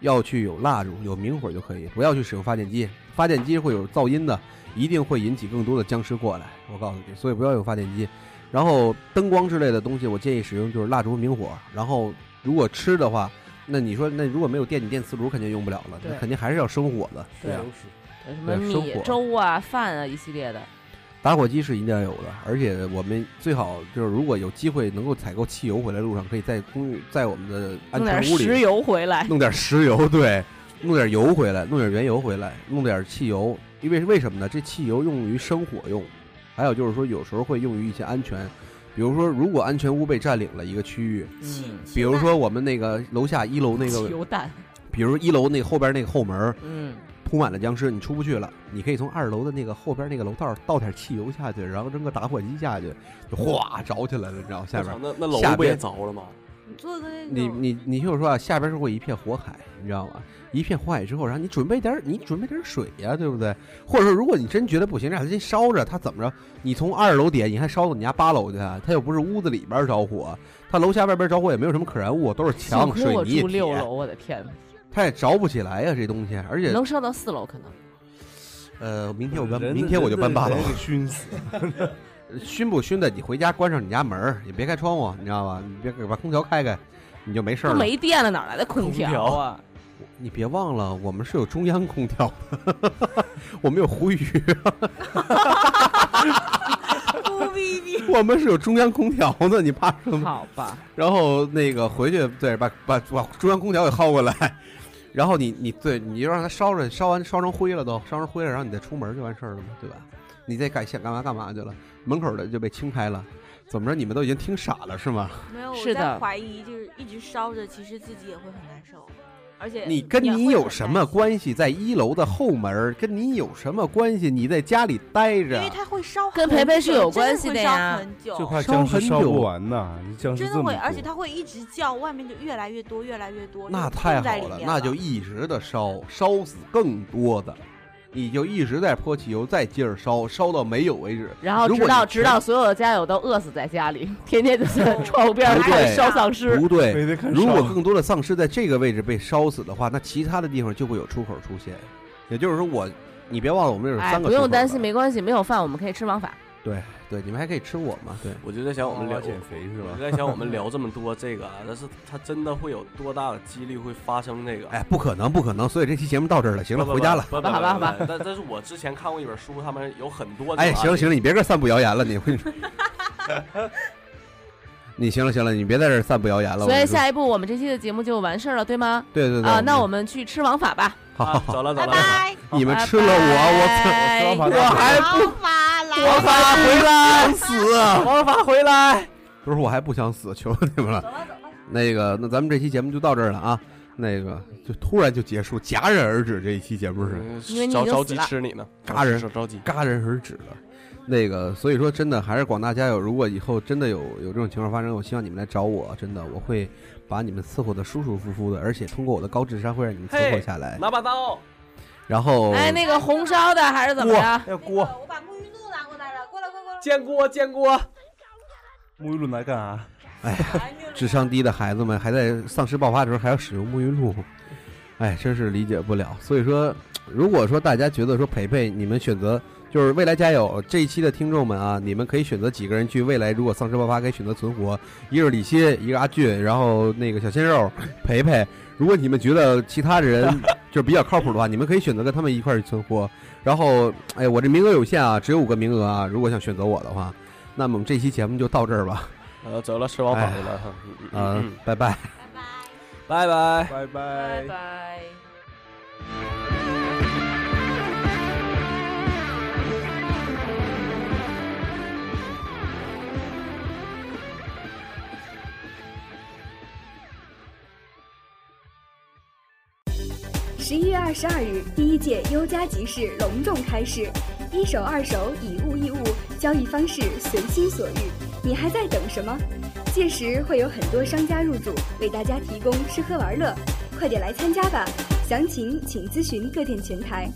B: 要去有蜡烛有明火就可以，不要去使用发电机，发电机会有噪音的，一定会引起更多的僵尸过来，我告诉你，所以不要用发电机。然后灯光之类的东西，我建议使用就是蜡烛、明火。然后如果吃的话，那你说那如果没有电，你电磁炉肯定用不了了，
C: 对
B: 那肯定还是要生火的。
C: 对
B: 啊
C: 什么
B: 对生
C: 米
B: 火
C: 粥啊、饭啊一系列的，
B: 打火机是一定要有的，而且我们最好就是如果有机会能够采购汽油回来，路上可以在公寓在我们的安
C: 弄点
B: 全屋里
C: 石油回来，
B: 弄点石油，对，弄点油回来，弄点原油回来，弄点汽油，因为为什么呢？这汽油用于生火用，还有就是说有时候会用于一些安全，比如说如果安全屋被占领了一个区域，
C: 嗯，
B: 比如说我们那个楼下一楼那
C: 汽
B: 个，
C: 油弹，
B: 比如一楼那个后边那个后门儿
C: 嗯，
B: 铺满了僵尸，你出不去了，你可以从二楼的那个后边那个楼道倒点汽油下去，然后扔个打火机下去，就哗着起来了，你知道下
E: 我
B: 边
E: 操
B: 儿。
E: 那那楼
B: 下
E: 不也
B: 边
E: 着了吗？
F: 你做个那
B: 你
F: 种
B: 你你听我说啊，下边是会一片火海，你知道吗？一片火海之后，然后你准备点儿，你准备点儿水呀、对不对？或者说，如果你真觉得不行，让它先烧着，它怎么着？你从二楼点，你还烧到你家八楼去啊，它又不是屋子里边儿着火，它楼下外边儿着火也没有什么可燃物，都是
C: 幸
B: 墙、
C: 亏
B: 水
C: 我
B: 泥、
C: 住
B: 铁，
C: 六楼，我的天，
B: 它也着不起来呀、这东西。而且，
C: 能上到四楼可能。
B: 呃，明天我搬，
D: 人
B: 明天我就搬八楼
D: 人。给熏死。
B: 呃熏不熏的，你回家关上你家门儿，也别开窗户，你知道吧？你别把空调开开，你就没事儿
C: 都
B: 了。
C: 没电了，哪来的空
E: 空
C: 调
E: 调
C: 啊？
B: 你别忘了，我们是有中央空调的， 我们有胡宇，
F: 不逼逼，
B: 我们是有中央空调啊的，你怕什么？
C: 好吧，
B: 然后那个回去，对，把把把中央空调给薅过来，然后你你对，你就让它烧着，烧完烧成灰了都，烧成灰了，然后你再出门就完事儿了嘛，对吧？你再干想干嘛干嘛去了，门口的就被清开了，怎么着？你们都已经听傻了是吗？
F: 没有我
C: 是
F: 在
C: 的
F: 怀疑，就是一直烧着，其实自己也会很难受，而且
B: 你跟
F: 也
B: 你
F: 会
B: 有
F: 很
B: 什
F: 担
B: 么
F: 心？
B: 关系？在一楼的后门儿跟你有什么关系？你在家里待着
F: 因为，它会烧很久，
C: 跟培培是有
F: 真
C: 关系
F: 会
C: 的
F: 烧
C: 呀
F: 很久
D: 这块
B: 烧
D: 僵尸
B: 很
D: 烧
B: 久
D: 不完呐，你僵尸
F: 真
D: 这
F: 的
D: 么
F: 会，而且
D: 多
F: 它会一直叫，外面就越来越多，越来越多，
B: 那
F: 就
B: 太
F: 冻在
B: 好
F: 里
B: 了，
F: 面
B: 那就一直的烧，烧死更多的，你就一直在泼汽油，再接着烧，烧到没有为止。
C: 然后
B: 如
C: 直
B: 果
C: 到
B: 你
C: 直到所有的家友都饿死在家里， 天天就在窗户边上
B: 不对
C: 看烧丧尸。
B: 不对，
D: 非得看
B: 哎如
D: 烧
B: 果更多的丧尸在这个位置被烧死的话，那其他的地方就会有出口出现。也就是说我，你别忘了，我们这有
C: 哎，
B: 三个、
C: 不用担心，。没关系，没有饭我们可以吃王法。
B: 对，你们还可以吃我嘛？对，
E: 我就在想我们
D: 好
E: 聊
D: 好减肥是
E: 我
D: 吧？
E: 就在想，我们聊这么多这个啊，但是它真的会有多大的几率会发生这个？
B: 哎，不可能，不可能。所以这期节目到这儿了，行了，
E: 不，
B: 回家了。
E: 不，不
C: 好吧好吧。
E: 不不不但但是我之前看过一本书，他们有很多。啊
B: 哎，行了行了，，你别这散布谣言了，你会。 你行了行了，你别在这儿散布谣言了。我
C: 所
B: 跟
C: 以
B: 你说
C: 下一步我们这期的节目就完事儿了，对吗？
B: 对对对
C: 啊，那我
B: 们
C: 们去吃王法吧。
B: 好好
E: 啊，
B: 好，
E: 走了走
F: 拜
E: 了。
F: 拜，
B: 你们
C: 拜
B: 吃了我，我操！
C: 拜
D: 我
B: 我还不
F: 好吧，来
B: 我还回来，想死啊！
E: 王法回来。
B: 不是，我还不想死，求求你们了。
F: 走吧走吧。
B: 那个，那咱们这期节目就到这儿了啊。那个就突然就结束，戛然而止。这一期节目是
C: 因为
E: 是
C: 你
E: 着
C: 已经
E: 着
C: 死
E: 急
C: 了
E: 吃你呢，
B: 嘎人
E: 着着急。
B: 戛然而止了。那个，所以说真的还是广大家友，如果以后真的有有这种情况发生，我希望你们来找我，真的我会把你们伺候的舒舒服服的，而且通过我的高智商会让你们伺候下来。
E: 拿把刀，
B: 然后，
C: 哎，那个红烧的还是怎么着？
D: 要
G: 那
D: 锅
G: 个，我把沐浴露拿过来了，过来过来过来。
E: 煎锅煎锅。
D: 沐浴露拿来干啊啥？
B: 智商低的孩子们还在丧尸爆发的时候还要使用沐浴露，哎，真是理解不了。所以说，如果说大家觉得说培培，你们选择就是未来加油这一期的听众们啊，你们可以选择几个人去未来，如果丧尸爆发，可以选择存活，一个是李欣，一个阿俊，然后那个小鲜肉培培。如果你们觉得其他人 就是比较靠谱的话，你们可以选择跟他们一块儿去存活。然后，哎，我这名额有限啊，只有五个名额啊。如果想选择我的话，那么我们这期节目就到这儿吧。
E: 呃，走了，吃完饭去了。哈嗯嗯
B: 啊、
E: 嗯
B: 拜拜。
G: 拜拜。
D: 拜
E: 拜拜。
D: 拜。
C: 拜。
A: 十一月二十二日，第一届优家集市隆重开市，一手二手以物易物，交易方式随心所欲。你还在等什么？届时会有很多商家入驻，为大家提供吃喝玩乐，快点来参加吧！详情请咨询各店前台。